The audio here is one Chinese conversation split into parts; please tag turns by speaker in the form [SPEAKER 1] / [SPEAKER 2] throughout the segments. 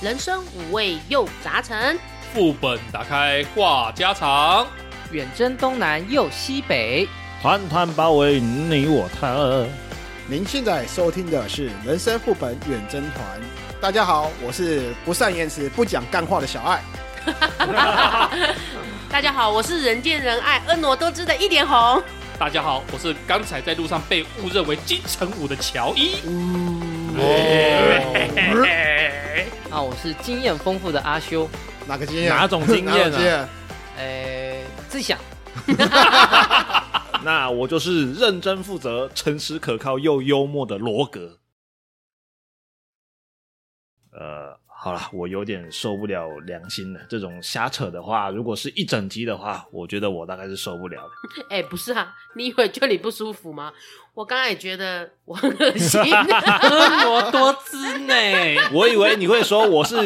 [SPEAKER 1] 人生五味又杂陈，
[SPEAKER 2] 副本打开话家常，
[SPEAKER 3] 远征东南又西北，
[SPEAKER 4] 团团包围你我他。
[SPEAKER 5] 您现在收听的是《人生副本远征团》，大家好，我是不善言辞、不讲干话的小爱。
[SPEAKER 1] 大家好，我是人见人爱、婀娜多姿的一点红。
[SPEAKER 2] 大家好，我是刚才在路上被误认为金城武的乔伊。
[SPEAKER 3] 嗯
[SPEAKER 2] 哎
[SPEAKER 5] 哦
[SPEAKER 2] 嘿
[SPEAKER 3] 啊，我是经验丰富的阿修，
[SPEAKER 5] 哪个经验？
[SPEAKER 4] 哪种经验啊
[SPEAKER 5] 哪种验
[SPEAKER 3] 诶，呃自想
[SPEAKER 4] 那我就是认真负责、诚实可靠又幽默的罗格。呃，好了，我有点受不了良心了。这种瞎扯的话，如果是一整集的话，我觉得我大概是受不了的。
[SPEAKER 1] 哎、不是啊，你以为就你不舒服吗？我刚才也觉得我很恶 心。
[SPEAKER 2] 哎
[SPEAKER 3] 婀娜多姿 呢。
[SPEAKER 4] 我以为你会说我是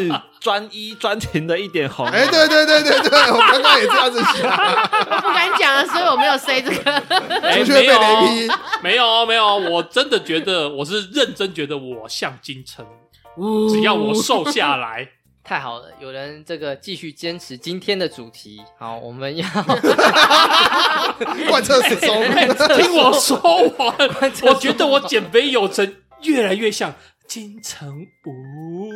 [SPEAKER 4] 专一专情的一点红，
[SPEAKER 5] 哎、对对对对对，我刚刚也这样子想，
[SPEAKER 1] 我不敢讲啊，所以我没有 say 这 个。
[SPEAKER 2] 哎
[SPEAKER 5] 出去会
[SPEAKER 2] 没
[SPEAKER 5] 被
[SPEAKER 2] 有
[SPEAKER 5] 雷劈。
[SPEAKER 2] 没有没有，我真的觉得我是认真觉得我像金城武，只要我瘦下 来，
[SPEAKER 3] 太好了，有人这个继续坚持今天的主题。好，我们 要
[SPEAKER 5] 贯彻始终。
[SPEAKER 4] 哎
[SPEAKER 2] 听我说完，我觉得我减肥有成，越来越像金城武。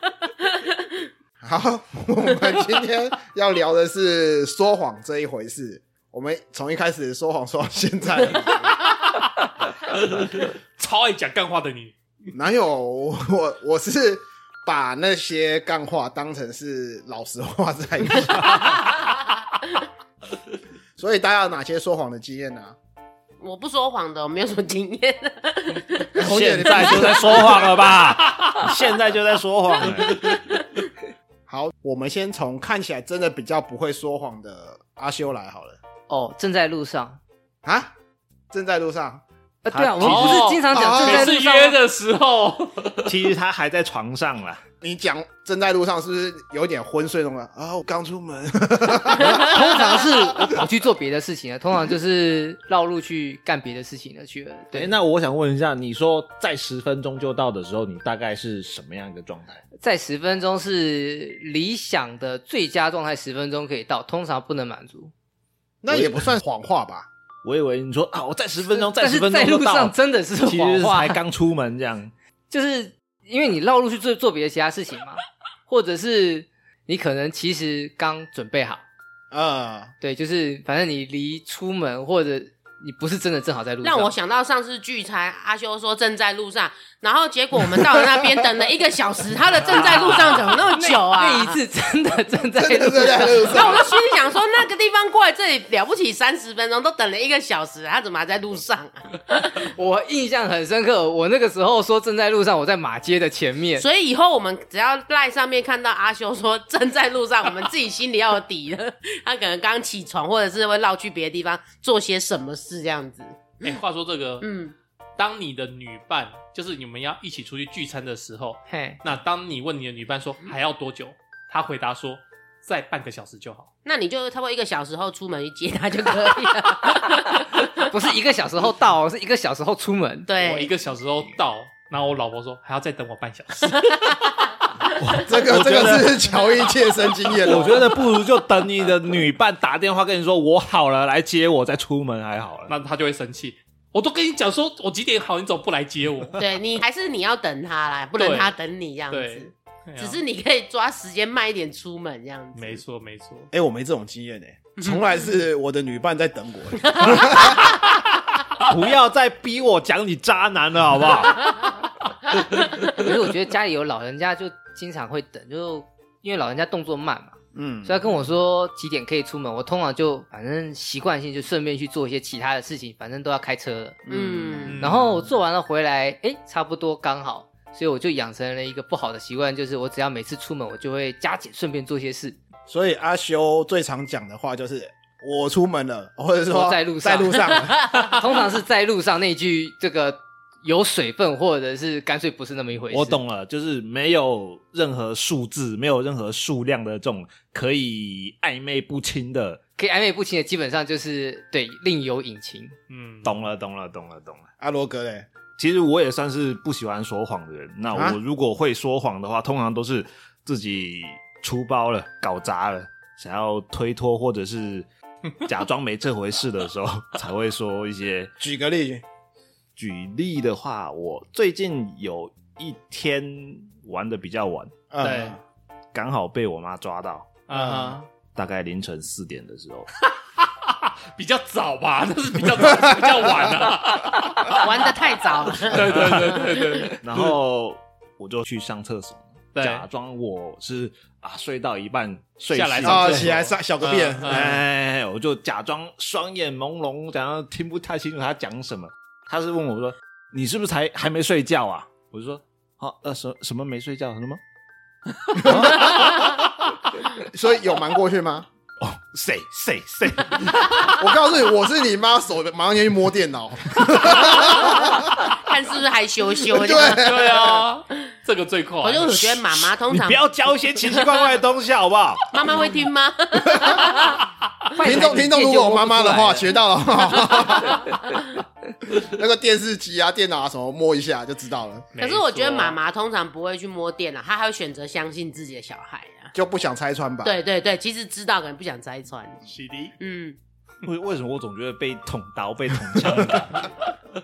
[SPEAKER 5] 好，我们今天要聊的是说谎这一回事。我们从一开始说谎说到现在，
[SPEAKER 2] 超爱讲干话的你，
[SPEAKER 5] 哪有 我？我是把那些干话当成是老实话在讲。 所以大家有哪些说谎的经验啊呢、
[SPEAKER 1] 我不说谎的，我没有什么经 验。
[SPEAKER 5] 哎红姐
[SPEAKER 4] 现
[SPEAKER 5] 你
[SPEAKER 4] 在就在说谎了吧？你现在就在说谎了。
[SPEAKER 5] 好， 我们先从看起来真的比较不会说谎的阿修来好了。
[SPEAKER 3] 哦，正在路上。
[SPEAKER 5] 啊，正在路上，
[SPEAKER 3] 啊，对啊，
[SPEAKER 4] 他
[SPEAKER 3] 我们不是经常讲
[SPEAKER 5] 哦
[SPEAKER 3] 正在
[SPEAKER 2] 每
[SPEAKER 3] 路
[SPEAKER 2] 次
[SPEAKER 3] 上
[SPEAKER 2] 约
[SPEAKER 3] 吗？
[SPEAKER 2] 的时候，
[SPEAKER 4] 其实他还在床上啦，
[SPEAKER 5] 你讲正在路上是不是有点昏睡那种啊？啊我刚出门，
[SPEAKER 3] 通常是我跑去做别的事情了，啊通常就是绕路去干别的事情了去 了。
[SPEAKER 4] 对，
[SPEAKER 3] 对，
[SPEAKER 4] 哎那我想问一下，你说在十分钟就到的时候，你大概是什么样一个状态？
[SPEAKER 3] 在十分钟是理想的最佳状态，十分钟可以到，通常不能满足。
[SPEAKER 5] 那也不算谎话吧？
[SPEAKER 4] 我以为你说啊，我在十分钟，
[SPEAKER 3] 但
[SPEAKER 4] 十
[SPEAKER 3] 是
[SPEAKER 4] 分
[SPEAKER 3] 在
[SPEAKER 4] 钟
[SPEAKER 3] 路
[SPEAKER 4] 就到
[SPEAKER 3] 上，真的是
[SPEAKER 4] 其实
[SPEAKER 3] 谎
[SPEAKER 4] 是
[SPEAKER 3] 话
[SPEAKER 4] 才，刚出门这 样。
[SPEAKER 3] 就是因为你绕路去做做别的其他事情嘛，或者是你可能其实刚准备好，
[SPEAKER 5] 呃，
[SPEAKER 3] 对，就是反正你离出门或者你不是真的正好在路上，
[SPEAKER 1] 让我想到上次聚餐，阿修说正在路上，然后结果我们到了那边等了一个小时，他的正在路上怎么那么久啊？
[SPEAKER 3] 那一次真的正在
[SPEAKER 5] 真的
[SPEAKER 3] 路
[SPEAKER 5] 正在
[SPEAKER 3] 上，
[SPEAKER 5] 路
[SPEAKER 1] 然后我
[SPEAKER 5] 上，
[SPEAKER 1] 就心里想说，那个地方过来这里了不起三十分钟，都等了一个小时，他怎么还在路上啊？
[SPEAKER 3] 我印象很深刻。我那个时候说正在路上，我在马街的前面，
[SPEAKER 1] 所以以后我们只要赖上面看到阿修说正在路上，我们自己心里要有底了。 他可能刚起床，或者是会绕去别的地方做些什么事这样子。
[SPEAKER 2] 哎、话说这个，
[SPEAKER 1] 嗯，
[SPEAKER 2] 当你的女伴就是你们要一起出去聚餐的时候，
[SPEAKER 3] 嘿，
[SPEAKER 2] 那当你问你的女伴说还要多久，她回答说再半个小时就好。
[SPEAKER 1] 那你就差不多一个小时后出门去接他就可以 了。
[SPEAKER 3] 不是一个小时后到哦，是一个小时后出 门。
[SPEAKER 2] 我一
[SPEAKER 1] 对，
[SPEAKER 2] 个小时后到，然后我老婆说还要再等我半小时。
[SPEAKER 5] 这 个
[SPEAKER 4] 我
[SPEAKER 5] 这
[SPEAKER 4] 觉
[SPEAKER 5] 个
[SPEAKER 4] 得
[SPEAKER 5] 是乔伊切身经验
[SPEAKER 4] 我
[SPEAKER 5] 哦。
[SPEAKER 4] 觉得不如就等你的女伴打电话跟你说我好了，来接我再出门还好了。
[SPEAKER 2] 那她就会生气。我都跟你讲说我几点好，你怎么不来接我？
[SPEAKER 1] 对你还是你要等他啦，不能
[SPEAKER 2] 对
[SPEAKER 1] 他等你这样子
[SPEAKER 2] 对。对啊
[SPEAKER 1] 只是你可以抓时间慢一点出门这样子。
[SPEAKER 2] 没错没错，
[SPEAKER 5] 哎、我没这种经验哎、从来是我的女伴在等我、
[SPEAKER 4] 不要再逼我讲你渣男了，好不 好？
[SPEAKER 3] 可是我觉得家里有老人家就经常会等，就因为老人家动作慢嘛，
[SPEAKER 5] 嗯
[SPEAKER 3] 所以他跟我说几点可以出门，我通常就反正习惯性就顺便去做一些其他的事情，反正都要开车了。
[SPEAKER 1] 嗯，
[SPEAKER 3] 然后做完了回来，哎，差不多刚好，所以我就养成了一个不好的习惯，就是我只要每次出门，我就会加减顺便做些 事。
[SPEAKER 5] 所以阿修最常讲的话就是我出门了， 或者说
[SPEAKER 3] 我在路上
[SPEAKER 5] 在路上了
[SPEAKER 3] 通常是在路上那句这个有水分，或者是干脆不是那么一回事。
[SPEAKER 4] 我，懂了，就是没有任何数字，没有任何数量的这种可以暧昧不清的。
[SPEAKER 3] 可以暧昧不清的，
[SPEAKER 5] 啊
[SPEAKER 3] 基本上就是对另有隐情。
[SPEAKER 2] 嗯，
[SPEAKER 4] 懂了，懂了，懂了，懂了。
[SPEAKER 5] 阿罗格嘞，
[SPEAKER 4] 其实我也算是不喜欢说谎的人。那
[SPEAKER 5] 啊
[SPEAKER 4] 我如果会说谎的话，通常都是自己出包了、搞砸了，想要推脱或者 是假装没这回事的时候， 才会说一些。
[SPEAKER 5] 举个例，
[SPEAKER 4] 举例的话，我最近有一天玩的比较晚，
[SPEAKER 5] 嗯
[SPEAKER 2] 对
[SPEAKER 4] 刚好被我妈抓到，
[SPEAKER 2] 啊、
[SPEAKER 1] 嗯
[SPEAKER 4] 大概凌晨四点的时候。
[SPEAKER 2] 比较早吧，那是比较早，比较晚啊。
[SPEAKER 1] 玩的太早了，
[SPEAKER 2] 对对对对对
[SPEAKER 4] 然后我就去上厕所，
[SPEAKER 2] 对
[SPEAKER 4] 假装我是啊睡到一半睡
[SPEAKER 2] 下来
[SPEAKER 4] 醒
[SPEAKER 2] 上
[SPEAKER 5] 啊，
[SPEAKER 2] 厕所
[SPEAKER 5] 起来上小个便，
[SPEAKER 2] 嗯嗯
[SPEAKER 4] 哎，我就假装双眼朦胧，假装听不太清楚他讲什么。他是问我说：“你是不是才还没睡觉啊？”我就说：“好、呃，什什么没睡觉什么？
[SPEAKER 5] 所以有瞒过去吗？
[SPEAKER 4] 哦，谁谁谁？
[SPEAKER 5] 我告诉你，我是你妈手马上就去摸电脑，
[SPEAKER 1] 看是不是还羞羞这样。
[SPEAKER 5] 对，
[SPEAKER 2] 对啊，这个最快。
[SPEAKER 1] 我就觉得妈妈 通
[SPEAKER 4] 你
[SPEAKER 1] 常
[SPEAKER 4] 不要教一些奇奇怪怪的东西好不好？
[SPEAKER 1] 妈妈会听吗？
[SPEAKER 5] 听众听众如果有妈妈的话，学到了， 那个电视机啊、电脑啊什么摸一下就知道了，
[SPEAKER 2] 没
[SPEAKER 1] 可
[SPEAKER 2] 错
[SPEAKER 1] 是我觉得妈妈通常不会去摸电脑，她还会选择相信自己的小孩啊。
[SPEAKER 5] 就不想拆穿吧？，
[SPEAKER 1] 对对对，其实知道可能不想拆穿。嗯，
[SPEAKER 4] 为为什么我总觉得被捅刀、被捅枪的感觉？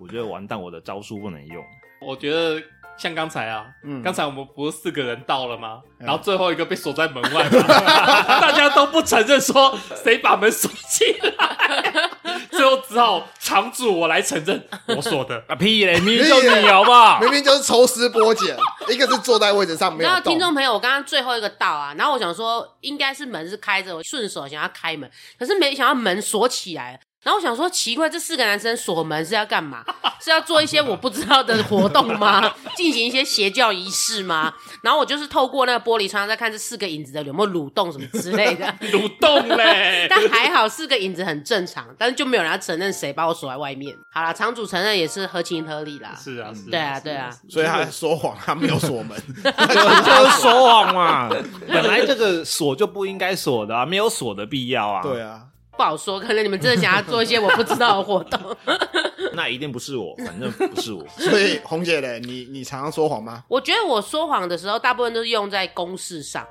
[SPEAKER 4] 我觉得完蛋，我的招数不能用。
[SPEAKER 2] 我觉得像刚才啊，
[SPEAKER 5] 嗯
[SPEAKER 2] 刚才我们不是四个人到了吗？
[SPEAKER 5] 嗯
[SPEAKER 2] 然后最后一个被锁在门外嘛， 大家都不承认说谁把门锁起来，最后只好场主我来承认我锁的。
[SPEAKER 4] 啊屁嘞，明明就你好不好？
[SPEAKER 5] 明明就是抽丝剥茧，一个是坐在位置上没
[SPEAKER 1] 然
[SPEAKER 5] 有
[SPEAKER 1] 后
[SPEAKER 5] 动
[SPEAKER 1] 听，众朋友，我刚刚最后一个到啊，然后我想说应该是门是开着，我顺手想要开门，可是没想到门锁起来了。然后我想说奇怪，这四个男生锁门是要干嘛？是要做一些我不知道的活动吗？ 进行一些邪教仪式吗？然后我就是透过那个玻璃窗在看这四个影子的有没有蠕动什么之类的。，
[SPEAKER 2] 蠕动嘞
[SPEAKER 1] 但还好四个影子很正常，但是就没有人要承认谁把我锁在外面。好啦，场主承认也是合情合理啦。
[SPEAKER 2] 是啊，是
[SPEAKER 1] 对啊，对啊，
[SPEAKER 5] 所以他说谎，他没有锁 门，
[SPEAKER 4] 就是说谎嘛， 本来这个锁就不应该锁的啊，没有锁的必要啊。
[SPEAKER 5] 对，啊，
[SPEAKER 1] 不好说，可能你们真的想要做一些我不知道的活动。
[SPEAKER 4] 那一定不是我，反正不是我。
[SPEAKER 5] 所以红姐嘞，你你常常说谎吗？
[SPEAKER 1] 我觉得我说谎的时候，大部分都是用在公事上，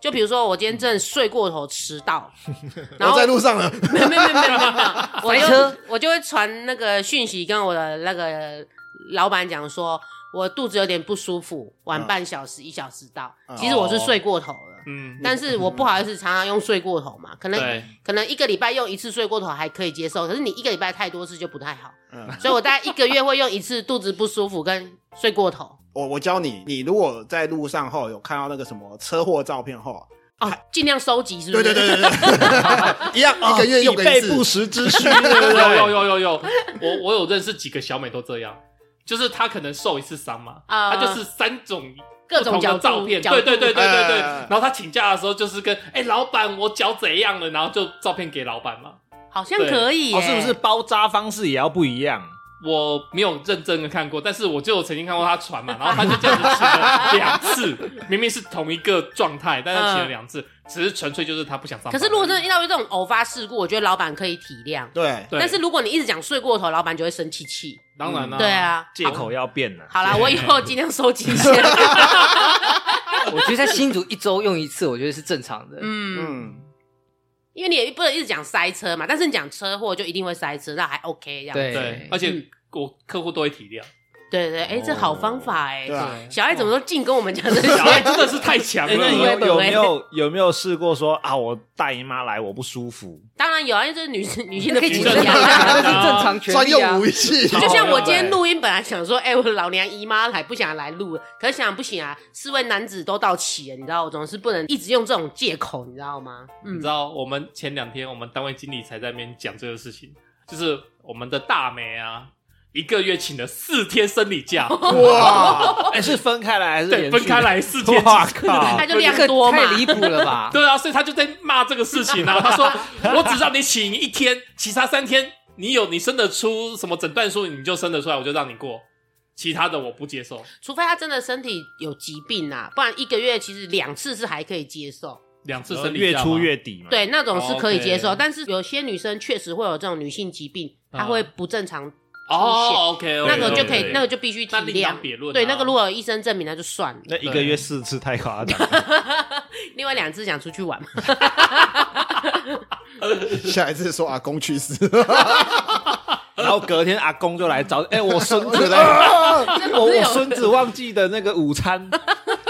[SPEAKER 1] 就比如说我今天真的睡过头迟到，然
[SPEAKER 5] 我
[SPEAKER 1] 后
[SPEAKER 5] 在路上了，
[SPEAKER 1] 没有没有没有没有没有没有，我
[SPEAKER 3] 塞
[SPEAKER 1] 就
[SPEAKER 3] 车
[SPEAKER 1] 我就会传那个讯息跟我的那个老板讲说，我肚子有点不舒服，晚半小时、一小时到，其实我是睡过头了。
[SPEAKER 2] 嗯，
[SPEAKER 1] 但是我不好意思，常常用睡过头嘛，可能
[SPEAKER 2] 对，
[SPEAKER 1] 可能一个礼拜用一次睡过头还可以接受，可是你一个礼拜太多次就不太好，
[SPEAKER 5] 嗯，
[SPEAKER 1] 所以我大概一个月会用一次肚子不舒服跟睡过头。
[SPEAKER 5] 我我教你，你如果在路上后有看到那个什么车祸照片后，啊
[SPEAKER 1] 哦，尽量收集是不
[SPEAKER 5] 对
[SPEAKER 1] 是？
[SPEAKER 5] 对对对对，一样一个月用
[SPEAKER 4] 啊以
[SPEAKER 5] 个
[SPEAKER 4] 备
[SPEAKER 5] 一
[SPEAKER 4] 不
[SPEAKER 5] 次，
[SPEAKER 4] 时之 需，哦对不
[SPEAKER 2] 有有
[SPEAKER 4] 对？
[SPEAKER 2] 有有有，我我有认识几个小美都这样，就是她可能受一次伤嘛，
[SPEAKER 1] 啊
[SPEAKER 2] 她就是三种。
[SPEAKER 1] 各种
[SPEAKER 2] 不同
[SPEAKER 1] 角
[SPEAKER 2] 的
[SPEAKER 1] 度
[SPEAKER 2] 照片，
[SPEAKER 1] 角度
[SPEAKER 2] 对对对对对对。
[SPEAKER 5] 哎哎哎
[SPEAKER 2] 然后她请假的时候，就是跟哎老板，我脚怎样了，然后就照片给老板嘛。
[SPEAKER 1] 好像可以耶、
[SPEAKER 4] 哦，是不是包扎方式也要不一样？
[SPEAKER 2] 我没有认真的看过，但是我就有曾经看过他传 嘛，然后他就这样子请了两次，明明是同一个状态，但是请了两次，只是纯粹就是他不想上班。
[SPEAKER 1] 嗯可是如果真的遇到这种偶发事故，我觉得老板可以体谅。
[SPEAKER 5] 对，
[SPEAKER 2] 对嗯
[SPEAKER 1] 但是如果你一直讲睡过头，老板就会生气气。
[SPEAKER 2] 当然啦、
[SPEAKER 1] 对，啊，
[SPEAKER 4] 借口要变了。
[SPEAKER 1] 好啦，我以后尽量收集一些。
[SPEAKER 3] 我觉得在新竹一周用一次，我觉得是正常的。
[SPEAKER 1] 嗯，
[SPEAKER 5] 嗯，
[SPEAKER 1] 因为你也不能一直讲塞车嘛，但是你讲车祸就一定会塞车，那还 OK 这样。
[SPEAKER 3] 对
[SPEAKER 2] 对，而且
[SPEAKER 1] 嗯
[SPEAKER 2] 我客户都 会体谅。
[SPEAKER 1] 对对，哎、这好方法哎、
[SPEAKER 5] 对啊，
[SPEAKER 1] 小爱怎么都尽跟我们讲这
[SPEAKER 2] 小孩
[SPEAKER 1] 些？
[SPEAKER 2] 真的是太强
[SPEAKER 4] 哎那你
[SPEAKER 1] 因为
[SPEAKER 2] 了，
[SPEAKER 4] 有
[SPEAKER 1] 本
[SPEAKER 4] 有
[SPEAKER 1] 位
[SPEAKER 4] 没有有没有试过说啊，我大姨妈来我不舒 服，
[SPEAKER 1] 当然有啊，因为这是女性女性的
[SPEAKER 3] 可以
[SPEAKER 1] 权
[SPEAKER 3] 请
[SPEAKER 2] 举证
[SPEAKER 1] 利
[SPEAKER 3] 假，
[SPEAKER 1] 啊
[SPEAKER 3] 哎那。是正常权
[SPEAKER 5] 嗯专
[SPEAKER 3] 利啊
[SPEAKER 5] 用。武器，
[SPEAKER 1] 就像我今天
[SPEAKER 3] 对
[SPEAKER 1] 录音，本来想说，哎、我老娘姨妈来，不想来录了。可是想不行啊，四位男子都到齐了，你知道，我总是不能一直用这种借口，你知道吗？
[SPEAKER 2] 你
[SPEAKER 1] 嗯
[SPEAKER 2] 知，道我们前两天我们单位经理才在那边讲这个事情，就是我们的大梅啊，一个月请了四天生理假，
[SPEAKER 1] 哦
[SPEAKER 5] 哇，
[SPEAKER 4] 哎，是分开来还是
[SPEAKER 2] 对，
[SPEAKER 4] 连续
[SPEAKER 2] 分开？来四天请
[SPEAKER 4] 哇靠呃
[SPEAKER 1] 他！就
[SPEAKER 3] 这
[SPEAKER 1] 量
[SPEAKER 3] 个
[SPEAKER 1] 多嘛
[SPEAKER 3] 哦太，离谱了 吧？
[SPEAKER 2] 对啊，所以他就在骂这个事情啊。他 说：“我只让你请一天，其他三天你有你生得出什么诊断书，你就生得出来，我就让你过。其他的我不接受，
[SPEAKER 1] 除非他真的身体有疾病啊，不然一个月其实两次是还可以接受。
[SPEAKER 2] 两次生理
[SPEAKER 4] 月
[SPEAKER 2] 假
[SPEAKER 4] 初
[SPEAKER 2] 嘛
[SPEAKER 4] 月底嘛。
[SPEAKER 1] 对，那种是可以接受。
[SPEAKER 2] OK
[SPEAKER 1] 但是有些女生确实会有这种女性疾病，她会不正常
[SPEAKER 2] 哦，OK，
[SPEAKER 1] 那个就可
[SPEAKER 4] 对
[SPEAKER 1] 以，那个就必须体
[SPEAKER 2] 那另
[SPEAKER 1] 谅
[SPEAKER 2] 当。别论啊。
[SPEAKER 1] 对，那个如果有医生证明，那就算了。
[SPEAKER 4] 那一个月四次太夸张了，
[SPEAKER 1] 另外两只想出去玩嘛，
[SPEAKER 5] 下一次说阿公去世，
[SPEAKER 4] 然后隔天阿公就来找，哎，我孙 子的，我
[SPEAKER 1] 有
[SPEAKER 4] 我孙子忘记的那个午餐，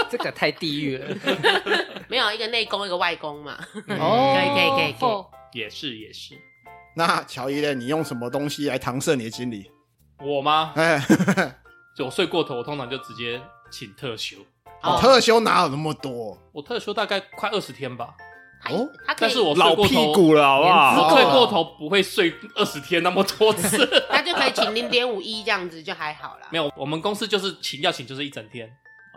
[SPEAKER 3] 这个太地狱 了。
[SPEAKER 5] 嗯
[SPEAKER 1] 没有一个内功一个外功嘛。
[SPEAKER 3] 哦
[SPEAKER 1] 可以可以可以可以
[SPEAKER 2] 也是也是，
[SPEAKER 5] 那乔伊呢？你用什么东西来搪塞你的经理？
[SPEAKER 2] 我吗？
[SPEAKER 5] 哎，
[SPEAKER 2] 就我睡过头，我通常就直接请特休。
[SPEAKER 1] 哦
[SPEAKER 5] 特休哪有那么多？
[SPEAKER 2] 我特休大概快二十天吧，
[SPEAKER 5] 哦，
[SPEAKER 1] 他可以，哦
[SPEAKER 2] 但是我睡
[SPEAKER 4] 老
[SPEAKER 2] 过
[SPEAKER 4] 屁
[SPEAKER 2] 头，
[SPEAKER 4] 股啊了，好不
[SPEAKER 2] 我
[SPEAKER 4] 好？
[SPEAKER 2] 睡过头不会睡二十天那么多次。
[SPEAKER 1] 他就可以请零点五一这样子就还好啦。
[SPEAKER 2] 没有，我们公司就是请要请就是一整天，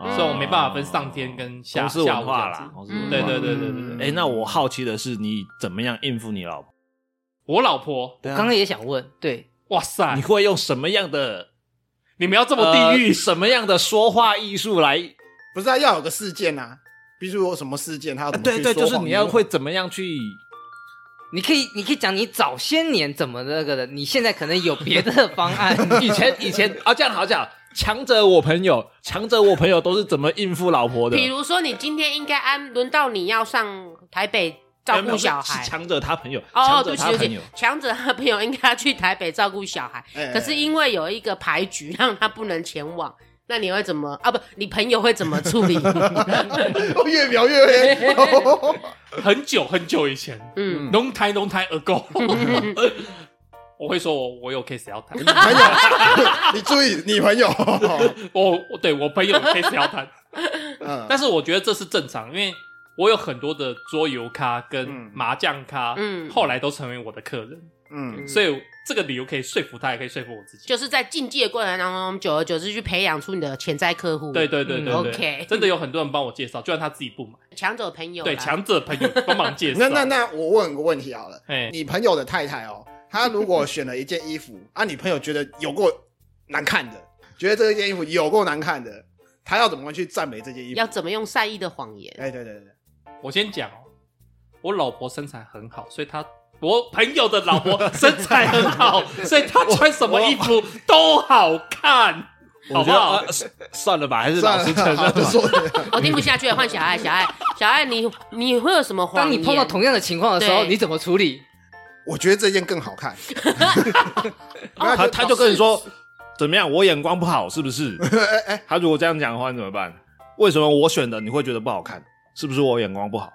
[SPEAKER 1] 嗯
[SPEAKER 2] 所以我没办法分上天跟下
[SPEAKER 4] 哦公司
[SPEAKER 2] 下
[SPEAKER 4] 文
[SPEAKER 2] 午
[SPEAKER 4] 化
[SPEAKER 2] 这
[SPEAKER 4] 啦
[SPEAKER 2] 样，子。
[SPEAKER 4] 公司文化
[SPEAKER 2] 对对对对对
[SPEAKER 5] 嗯
[SPEAKER 2] 对，
[SPEAKER 4] 哎、那我好奇的是，你怎么样应付你老婆？
[SPEAKER 2] 我老婆，
[SPEAKER 4] 对啊
[SPEAKER 3] 刚刚也想问，对，
[SPEAKER 2] 哇塞
[SPEAKER 4] 你，会用什么样的
[SPEAKER 2] 你们要这么地狱
[SPEAKER 4] 呃？什么样的说话艺术来？
[SPEAKER 5] 不是、啊、要有个事件啊，比如有什么事件，他要怎么
[SPEAKER 4] 对呃
[SPEAKER 5] 去
[SPEAKER 4] 对，
[SPEAKER 5] 说
[SPEAKER 4] 就
[SPEAKER 5] 谎
[SPEAKER 4] 是你要会怎么样去？
[SPEAKER 3] 你可以，你可以讲你早些年怎么那个的，你现在可能有别的方案。
[SPEAKER 4] 以前以 前 啊，这样好讲，强者我朋友，强者我朋友都是怎么应付老婆的？
[SPEAKER 1] 比如说，你今天应该安轮到你要上台北
[SPEAKER 4] 哎
[SPEAKER 1] 照顾小孩
[SPEAKER 4] 是。强者他朋友，
[SPEAKER 1] 哦，
[SPEAKER 4] 强
[SPEAKER 1] 对不起，
[SPEAKER 4] 者他
[SPEAKER 1] 对不
[SPEAKER 4] 朋友
[SPEAKER 1] 起，，强者他朋友应该要去台北照顾小孩，
[SPEAKER 5] 哎
[SPEAKER 1] 可是因为有一个牌局让他不能前往，那你会怎么啊？不，你朋友会怎么处理？
[SPEAKER 5] 哦越描 越黑。
[SPEAKER 2] 很久很久以前，
[SPEAKER 1] 嗯，
[SPEAKER 2] 龙台龙台 ago，我会说我我有 case 要谈，
[SPEAKER 5] 你朋友， 你注意，你朋友，
[SPEAKER 2] 我我对我朋友有 case 要谈，
[SPEAKER 5] 嗯
[SPEAKER 2] 但是我觉得这是正常，因为我有很多的桌游咖跟
[SPEAKER 5] 嗯
[SPEAKER 2] 麻将咖，
[SPEAKER 1] 嗯
[SPEAKER 2] 后来都成为我的客人，
[SPEAKER 5] 嗯，
[SPEAKER 2] 所以这个理由可以说服他，也可以说服我自己。
[SPEAKER 1] 就是在竞技的过程当中，久而久之去培养出你的潜在客户。
[SPEAKER 2] 对，对对对
[SPEAKER 1] 嗯
[SPEAKER 2] 对
[SPEAKER 1] OK
[SPEAKER 2] 真的有很多人帮我介绍，就算他自己不买，
[SPEAKER 1] 强者朋友啦
[SPEAKER 2] 对强者朋友帮忙介
[SPEAKER 4] 啊
[SPEAKER 2] 绍。
[SPEAKER 5] 那那那，我问个问题好了，
[SPEAKER 2] 哎，
[SPEAKER 5] 你朋友的太太哦，她如果选了一件衣服，啊，你朋友觉得有够难看的，觉得这件衣服有够难看的，她要怎么去赞美这件衣服
[SPEAKER 1] 要？怎么用善意的谎言？
[SPEAKER 5] 哎，对对对，
[SPEAKER 2] 我先讲哦，我老婆身材很好，所以她我朋友的老婆身材很 好，所以她穿什么衣服都好看，好
[SPEAKER 4] 我
[SPEAKER 2] 不
[SPEAKER 4] 觉得、
[SPEAKER 2] 好？
[SPEAKER 4] 呃算算了吧，还是老
[SPEAKER 5] 算
[SPEAKER 4] 实
[SPEAKER 5] 了，
[SPEAKER 4] 承认
[SPEAKER 5] 好就
[SPEAKER 4] 吧。
[SPEAKER 5] 说了
[SPEAKER 1] 我哦听不下去了，换小爱，小爱，小爱，你你会有什么谎
[SPEAKER 3] 当
[SPEAKER 1] 言？
[SPEAKER 3] 你碰到同样的情况的时候，
[SPEAKER 1] 对
[SPEAKER 3] 你怎么处理？
[SPEAKER 5] 我觉得这件更好看。那
[SPEAKER 4] 他他就跟你
[SPEAKER 1] 哦
[SPEAKER 4] 说
[SPEAKER 1] 是
[SPEAKER 4] 怎么样，我眼光不好是不 是？他如果这样讲的话，你怎么办？为什么我选的你会觉得不好看？是不是我眼光不好？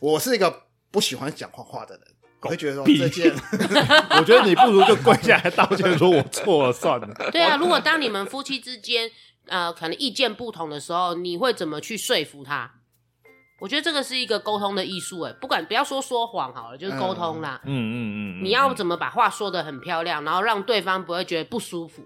[SPEAKER 5] 我是一个不喜欢讲谎话的人，我会觉得说
[SPEAKER 2] 屁
[SPEAKER 5] 这件，
[SPEAKER 4] 我觉得你不如就跪下来道歉，说我错了算了。
[SPEAKER 1] 对啊，如果当你们夫妻之间呃可能意见不同的时候，你会怎么去说服他？我觉得这个是一个沟通的艺术，哎，不管不要说说谎好了，就是沟通啦。
[SPEAKER 4] 嗯嗯嗯，
[SPEAKER 1] 你要
[SPEAKER 4] 怎
[SPEAKER 1] 怎么把话说的很漂亮，然后让对方不会觉得不舒服？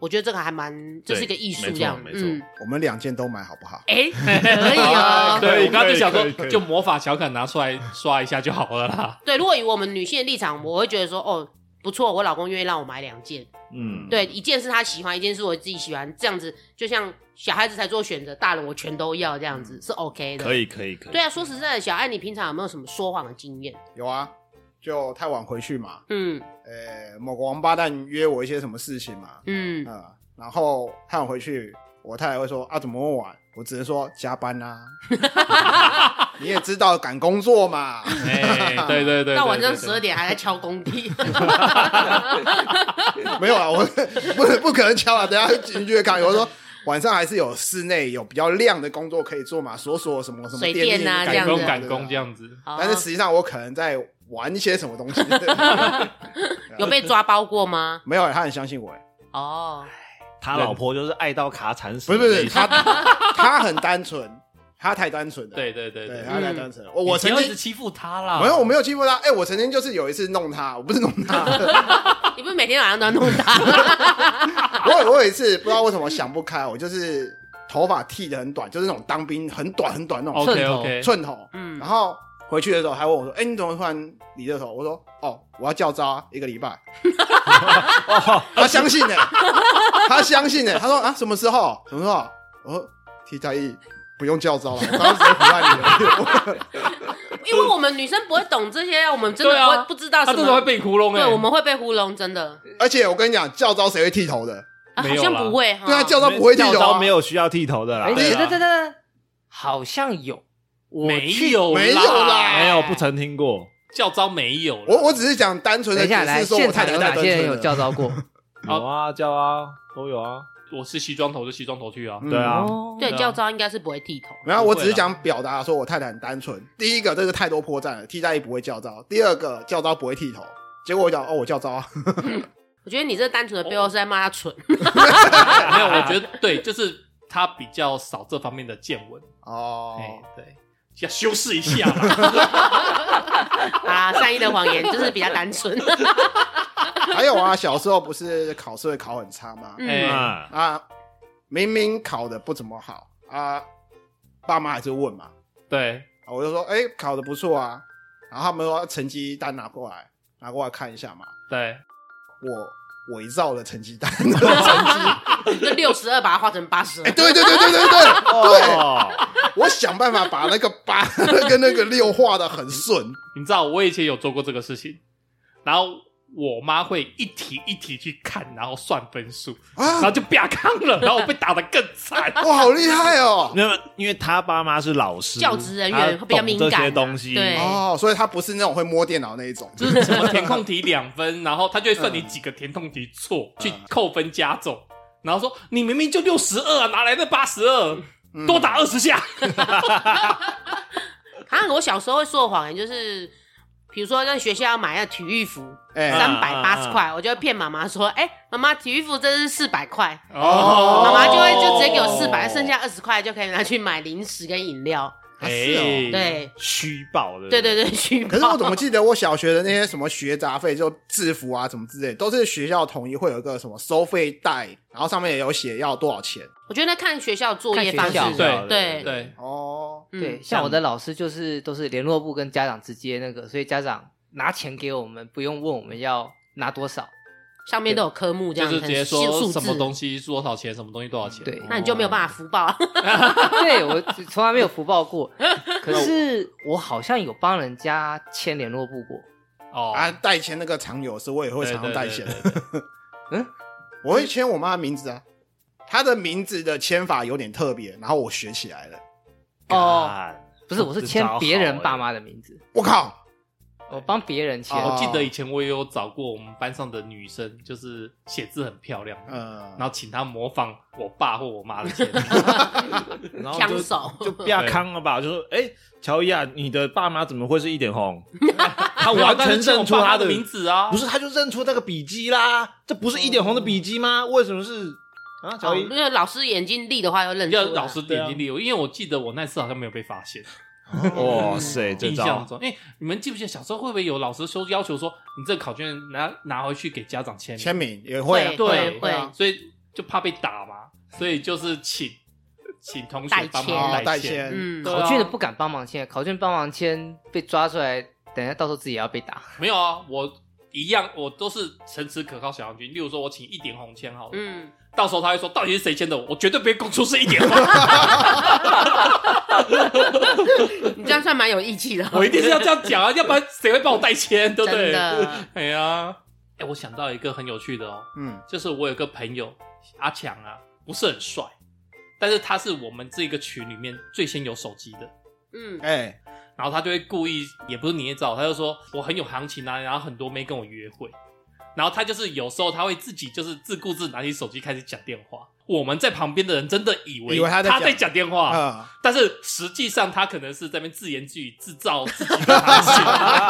[SPEAKER 1] 我觉得这个还蛮，这是一个艺术，
[SPEAKER 4] 没错
[SPEAKER 1] 这样，
[SPEAKER 4] 没错
[SPEAKER 1] 嗯，
[SPEAKER 5] 我们两件都买好不好？
[SPEAKER 1] 哎、 可以哦。
[SPEAKER 5] 可以
[SPEAKER 2] 对，我刚刚就想
[SPEAKER 4] 可以可
[SPEAKER 2] 说，
[SPEAKER 4] 以
[SPEAKER 2] 就魔法小砍拿出来刷一下就好了 啦。
[SPEAKER 1] 对，如果以我们女性的立场，我会觉得说，哦，不错，我老公愿意让我买两件，
[SPEAKER 4] 嗯
[SPEAKER 1] 对，一件是他喜欢，一件是我自己喜欢，这样子就像小孩子才做选择，大人我全都要，这样
[SPEAKER 2] 嗯
[SPEAKER 1] 子是 OK 的。
[SPEAKER 4] 可。以可以可以。
[SPEAKER 1] 对啊，说实在的，小爱，你平常有没有什么说谎的经验？
[SPEAKER 5] 有啊，就太晚回去嘛，
[SPEAKER 1] 嗯
[SPEAKER 5] 呃，某个王八蛋约我一些什么事情嘛，
[SPEAKER 1] 嗯，
[SPEAKER 5] 啊、然后太晚回去，我太太会说啊，怎么那么晚？我只能说加班 啦、啊，你也知道赶工作嘛，
[SPEAKER 2] 哎，对对对对，
[SPEAKER 1] 到晚上
[SPEAKER 2] 对对
[SPEAKER 1] 十二点还在敲工 地。
[SPEAKER 5] 没有啊，我 不不可能敲啊，等一下进去看，我说。晚上还是有室内有比较亮的工作可以做嘛，锁锁什么什么
[SPEAKER 1] 水
[SPEAKER 5] 电力
[SPEAKER 1] 电啊这
[SPEAKER 2] 赶
[SPEAKER 1] 样子哦
[SPEAKER 2] 工
[SPEAKER 5] 啊
[SPEAKER 2] 赶
[SPEAKER 5] 对
[SPEAKER 2] 工
[SPEAKER 5] 啊
[SPEAKER 2] 这样子。
[SPEAKER 1] 好
[SPEAKER 5] 但是实际上我可能在玩一些什么东 西，
[SPEAKER 1] 有被抓包过吗？
[SPEAKER 5] 没有、他很相信我、
[SPEAKER 1] 哦，
[SPEAKER 4] 他老婆就是爱到卡惨死，
[SPEAKER 5] 不是不是，他他很单纯，他太单纯了，
[SPEAKER 2] 对对对
[SPEAKER 5] 对，
[SPEAKER 2] 对，
[SPEAKER 5] 他太
[SPEAKER 1] 嗯
[SPEAKER 5] 单纯了。我我
[SPEAKER 2] 你
[SPEAKER 5] 曾
[SPEAKER 2] 不要一直
[SPEAKER 5] 经
[SPEAKER 2] 欺负他啦。
[SPEAKER 5] 没有我没有欺负他，哎，我曾经就是有一次弄他，我不是弄他，
[SPEAKER 1] 你不是每天晚上都要弄 他？
[SPEAKER 5] 我我有一次不知道为什么想不开，我就是头发剃的很短，就是那种当兵很短很短那种
[SPEAKER 2] OK OK，
[SPEAKER 5] 寸头，
[SPEAKER 1] 嗯
[SPEAKER 5] 然，
[SPEAKER 2] 啊
[SPEAKER 5] 后回去的时候还问我说，哎，你怎么突然理这头？我说哦，我要教招啊一个礼拜，他相信呢，他相信呢，他说啊什么时候什么时候？我说替代役不用教招了，我当时不爱你了。
[SPEAKER 1] 因为因为我们女生不会懂这些啊，我们真的
[SPEAKER 2] 对
[SPEAKER 1] 不
[SPEAKER 2] 啊
[SPEAKER 1] 会不知道
[SPEAKER 2] 他
[SPEAKER 1] 什
[SPEAKER 2] 真的会
[SPEAKER 1] 么。
[SPEAKER 2] 被窟窿哎、
[SPEAKER 1] 对，我们会被糊弄，真的，
[SPEAKER 5] 而且我跟你讲，教招谁会剃头的？
[SPEAKER 1] 啊
[SPEAKER 2] 没
[SPEAKER 1] 好
[SPEAKER 2] 有
[SPEAKER 1] 像
[SPEAKER 2] 啦
[SPEAKER 1] 不会哈。
[SPEAKER 5] 对啊，教招不会剃
[SPEAKER 4] 教
[SPEAKER 5] 头
[SPEAKER 4] 招
[SPEAKER 5] 啊，
[SPEAKER 4] 没有需要剃头的啦
[SPEAKER 3] 哎，，
[SPEAKER 5] 对
[SPEAKER 3] 等
[SPEAKER 5] 啊
[SPEAKER 3] 等等等，好像有，我
[SPEAKER 2] 没
[SPEAKER 3] 去
[SPEAKER 2] 有
[SPEAKER 5] 没有啦
[SPEAKER 4] 没有不曾听过
[SPEAKER 2] 教招没有啦
[SPEAKER 5] 我我只是讲单纯
[SPEAKER 3] 等
[SPEAKER 5] 的
[SPEAKER 3] 一下
[SPEAKER 5] 解
[SPEAKER 3] 来，
[SPEAKER 5] 释，说我
[SPEAKER 3] 现
[SPEAKER 5] 太
[SPEAKER 3] 场
[SPEAKER 5] 太
[SPEAKER 3] 有
[SPEAKER 5] 太
[SPEAKER 3] 哪
[SPEAKER 5] 单
[SPEAKER 3] 些人
[SPEAKER 5] 纯
[SPEAKER 3] 有
[SPEAKER 5] 了
[SPEAKER 3] 教招 过？
[SPEAKER 2] 好
[SPEAKER 4] 有啊，教啊，都有啊，
[SPEAKER 2] 我是西装头就西装头去啊，
[SPEAKER 5] 嗯
[SPEAKER 4] 对啊，
[SPEAKER 3] 哦
[SPEAKER 1] 对
[SPEAKER 2] 对啊
[SPEAKER 1] 教招应该是不会剃头。
[SPEAKER 5] 没有，我啊只
[SPEAKER 2] 不会
[SPEAKER 5] 是
[SPEAKER 2] 啦
[SPEAKER 5] 想表达说我太太很单纯。第一个，这是太多破绽了，替代役不会教招；第二个，教招不会剃头。结果我讲哦，我教招啊，
[SPEAKER 1] 我觉得你这单纯的背后是在骂他 蠢，
[SPEAKER 2] 没有，我觉得对，就是他比较少这方面的见闻，
[SPEAKER 5] 哦
[SPEAKER 2] 哎、，对，要修饰一下啦。
[SPEAKER 1] 啊，善意的谎言就是比较单纯。
[SPEAKER 5] 还有啊，小时候不是考试会考很差吗？
[SPEAKER 2] 哎
[SPEAKER 1] 嗯，
[SPEAKER 4] 啊，
[SPEAKER 5] 啊，明明考的不怎么好啊，爸妈还是问嘛，
[SPEAKER 2] 对，
[SPEAKER 5] 啊我就说哎、考的不错啊，然后他们说成绩单拿过来，拿过来看一下嘛，
[SPEAKER 2] 对，
[SPEAKER 5] 我伪造了成绩单，成绩，
[SPEAKER 1] 就六十二把它画成八十
[SPEAKER 5] 哎、，对对对对对对，
[SPEAKER 4] 哦，
[SPEAKER 5] 我想办法把那个八跟那个六画的很顺，
[SPEAKER 2] 你知道我以前有做过这个事情，然后我妈会一题一题去看，然后算分数，然后
[SPEAKER 5] 啊，
[SPEAKER 2] 就啪康了，然后我被打得更惨。
[SPEAKER 5] 哇，好厉害哦！
[SPEAKER 4] 那么因为他爸妈是老师，
[SPEAKER 1] 教职人员
[SPEAKER 4] 他
[SPEAKER 1] 会比较
[SPEAKER 4] 懂
[SPEAKER 1] 敏感
[SPEAKER 4] 这些
[SPEAKER 1] 啊
[SPEAKER 4] 东西，
[SPEAKER 1] 对
[SPEAKER 5] 哦，所以他不是那种会摸电脑那一种，
[SPEAKER 2] 哎就是什么填空题两分，然后他就会算你几个填空题错，去扣分加总，然后说你明明就六十二啊，哪来的八十二？
[SPEAKER 5] 嗯
[SPEAKER 2] 多打二十下，
[SPEAKER 1] 啊，我小时候会说的谎言就是，比如说在学校要买那体育服，
[SPEAKER 5] 哎，
[SPEAKER 1] 三百八十块，我就会骗妈妈说，哎、妈妈，体育服这是四百块，
[SPEAKER 5] 哦
[SPEAKER 1] 妈妈就会就直接给我
[SPEAKER 2] 哦
[SPEAKER 1] 四百，剩下二十块就可以拿去买零食跟饮料。
[SPEAKER 5] 啊
[SPEAKER 2] 哎、
[SPEAKER 5] 是哦
[SPEAKER 1] 对，
[SPEAKER 4] 虚报
[SPEAKER 2] 嗯
[SPEAKER 4] 的，
[SPEAKER 1] 对对对，虚报
[SPEAKER 5] 可是我怎么记得我小学的那些什么学杂费，就制服啊什么之类，都是学校统一会有一个什么收费袋，然后上面也有写要多少钱
[SPEAKER 1] 我觉得那看学校作业方
[SPEAKER 3] 看学
[SPEAKER 1] 式
[SPEAKER 3] 校，
[SPEAKER 2] 对
[SPEAKER 1] 对
[SPEAKER 2] 对，
[SPEAKER 5] 哦。
[SPEAKER 1] 嗯
[SPEAKER 3] 对，像我的老师就是都是联络部跟家长直接那个，所以家长拿钱给我们，不用问我们要拿多少。
[SPEAKER 1] 上面都有科目这
[SPEAKER 2] 就
[SPEAKER 1] 样，
[SPEAKER 2] 是直接
[SPEAKER 1] 很细
[SPEAKER 2] 说
[SPEAKER 1] 数
[SPEAKER 2] 什么
[SPEAKER 1] 字，
[SPEAKER 2] 东西多少钱，什么东西多少钱。
[SPEAKER 3] 对，
[SPEAKER 1] 那你就没有办法福报啊。
[SPEAKER 3] 对我从来没有福报过，可是我好像有帮人家签联络部过。
[SPEAKER 2] 哦，
[SPEAKER 5] 啊，带钱那个常有时我也会常常带钱，
[SPEAKER 2] 对对对对对
[SPEAKER 5] 我会签我妈的名字啊。她的名字的签法有点特别，然后我学起来了。
[SPEAKER 3] 哦，
[SPEAKER 4] 干
[SPEAKER 3] 不是，我是签别人
[SPEAKER 2] 哎
[SPEAKER 3] 爸妈的名字，
[SPEAKER 5] 我靠，
[SPEAKER 3] 我帮别人签。
[SPEAKER 5] 哦
[SPEAKER 2] 我记得以前我也有找过我们班上的女生，就是写字很漂亮，
[SPEAKER 5] 呃，
[SPEAKER 1] 嗯
[SPEAKER 2] 然后请她模仿我爸或我妈的 签名。
[SPEAKER 4] 然后
[SPEAKER 1] 枪
[SPEAKER 4] 就
[SPEAKER 1] 手
[SPEAKER 4] 就不要康了吧？就说，哎，乔伊啊，你的爸妈怎么会是一 点红？他
[SPEAKER 2] 他
[SPEAKER 4] 完全认出他
[SPEAKER 2] 的名字啊，
[SPEAKER 4] 不是，他就认出那个笔记啦，这不是一点红的笔记吗？为什么是啊？乔
[SPEAKER 1] 哦
[SPEAKER 4] 伊
[SPEAKER 1] 如，果老师眼睛利的话，又认出
[SPEAKER 2] 要
[SPEAKER 1] 来。啊
[SPEAKER 2] 老师眼睛利我，因为我记得我那次好像没有被发现。
[SPEAKER 4] 哇塞，这
[SPEAKER 2] 印象中，
[SPEAKER 4] 招
[SPEAKER 2] 哎，你们记不记得小时候会不会有老师说要求说你这个考卷拿拿回去给家长签名？
[SPEAKER 5] 签名也会啊，
[SPEAKER 1] 会
[SPEAKER 2] 对
[SPEAKER 1] 会
[SPEAKER 5] 啊
[SPEAKER 2] 所以就怕被打嘛，所以就是请请同
[SPEAKER 1] 代
[SPEAKER 2] 学帮
[SPEAKER 5] 哦
[SPEAKER 2] 忙
[SPEAKER 1] 签
[SPEAKER 5] 代
[SPEAKER 2] 签。
[SPEAKER 5] 签，
[SPEAKER 1] 嗯，
[SPEAKER 2] 对啊
[SPEAKER 3] 考卷的不敢帮忙签，考卷帮忙签被抓出来，等一下到时候自己也要被打。
[SPEAKER 2] 没有啊，我一样，我都是诚实可靠小将军。例如说，我请一点红签好了，
[SPEAKER 1] 嗯，
[SPEAKER 2] 到时候他会说到底是谁签的我，我绝对不会供出是一点红，
[SPEAKER 1] 你这样算蛮有义气的。
[SPEAKER 2] 我一定是要这样讲啊，要不然谁会帮我代签，对不
[SPEAKER 1] 真
[SPEAKER 2] 对？
[SPEAKER 1] 的，
[SPEAKER 2] 哎呀，哎，我想到一个很有趣的哦，
[SPEAKER 5] 嗯，
[SPEAKER 2] 就是我有个朋友阿强啊，不是很帅，但是他是我们这个群里面最先有手机的。
[SPEAKER 1] 嗯，
[SPEAKER 5] 哎，
[SPEAKER 2] 然后他就会故意，也不是捏造，他就说我很有行情啊，然后很多妹跟我约会，然后他就是有时候他会自己就是自顾自拿起手机开始讲电话，我们在旁边的人真的以为
[SPEAKER 5] 以为他在
[SPEAKER 2] 在
[SPEAKER 5] 讲
[SPEAKER 2] 讲电话，
[SPEAKER 5] 啊，
[SPEAKER 2] 但是实际上他可能是在那边自言自语制造自己的行情。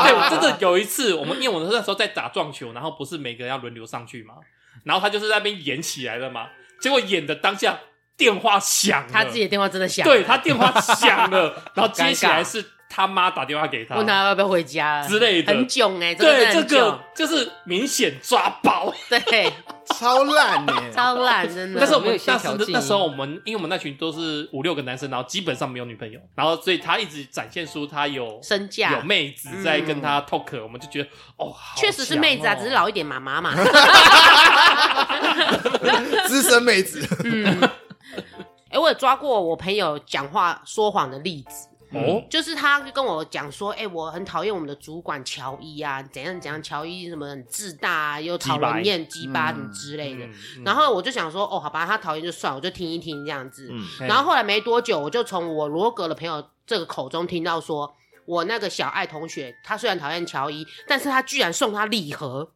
[SPEAKER 2] 对我真的有一次，我们因为我们那时候在打撞球，然后不是每个人要轮流上去嘛，然后他就是在那边演起来了嘛，结果演的当下电话响了，
[SPEAKER 1] 他自己的电话真的响，
[SPEAKER 2] 对他电话响了，然后接起
[SPEAKER 3] 尴
[SPEAKER 2] 来
[SPEAKER 3] 尬
[SPEAKER 2] 是他妈打电话给他，
[SPEAKER 1] 问他要不要回家
[SPEAKER 2] 之类的
[SPEAKER 1] 很囧哎，真的
[SPEAKER 2] 对
[SPEAKER 1] 是
[SPEAKER 2] 这
[SPEAKER 1] 很囧
[SPEAKER 2] 个就是明显抓 包。
[SPEAKER 1] 对，
[SPEAKER 5] 超烂呢，
[SPEAKER 1] 超烂真的。
[SPEAKER 2] 但是我
[SPEAKER 3] 没有
[SPEAKER 2] 们
[SPEAKER 3] 先
[SPEAKER 2] 那时
[SPEAKER 3] 调
[SPEAKER 2] 候
[SPEAKER 3] 剂
[SPEAKER 2] 那时候我们，因为我们那群都是五六个男生，然后基本上没有女朋友，然后所以他一直展现出他有
[SPEAKER 1] 身
[SPEAKER 2] 有
[SPEAKER 1] 价
[SPEAKER 2] 妹子在跟他 talk，、我们就觉得哦，好
[SPEAKER 1] 嗯确实是妹子啊，
[SPEAKER 2] 强哦
[SPEAKER 1] 只是老一点妈妈 嘛。
[SPEAKER 5] 资深妹子，
[SPEAKER 1] 嗯，哎、我有抓过我朋友讲话说谎的例子，
[SPEAKER 2] 哦，
[SPEAKER 1] 就是他就跟我讲说，哎、我很讨厌我们的主管乔伊啊，怎样怎样，乔伊什么很自大啊，又讨
[SPEAKER 2] 欸
[SPEAKER 1] 人厌、鸡
[SPEAKER 2] 嗯
[SPEAKER 1] 巴什么之类的。然后我就想说，哦，好吧，他讨厌就算，我就听一听这样子。
[SPEAKER 4] 嗯，
[SPEAKER 2] 哎
[SPEAKER 1] 然后后来没多久，我就从我罗格的朋友这个口中听到说，我那个小爱同学，他虽然讨厌乔伊，但是他居然送他礼盒，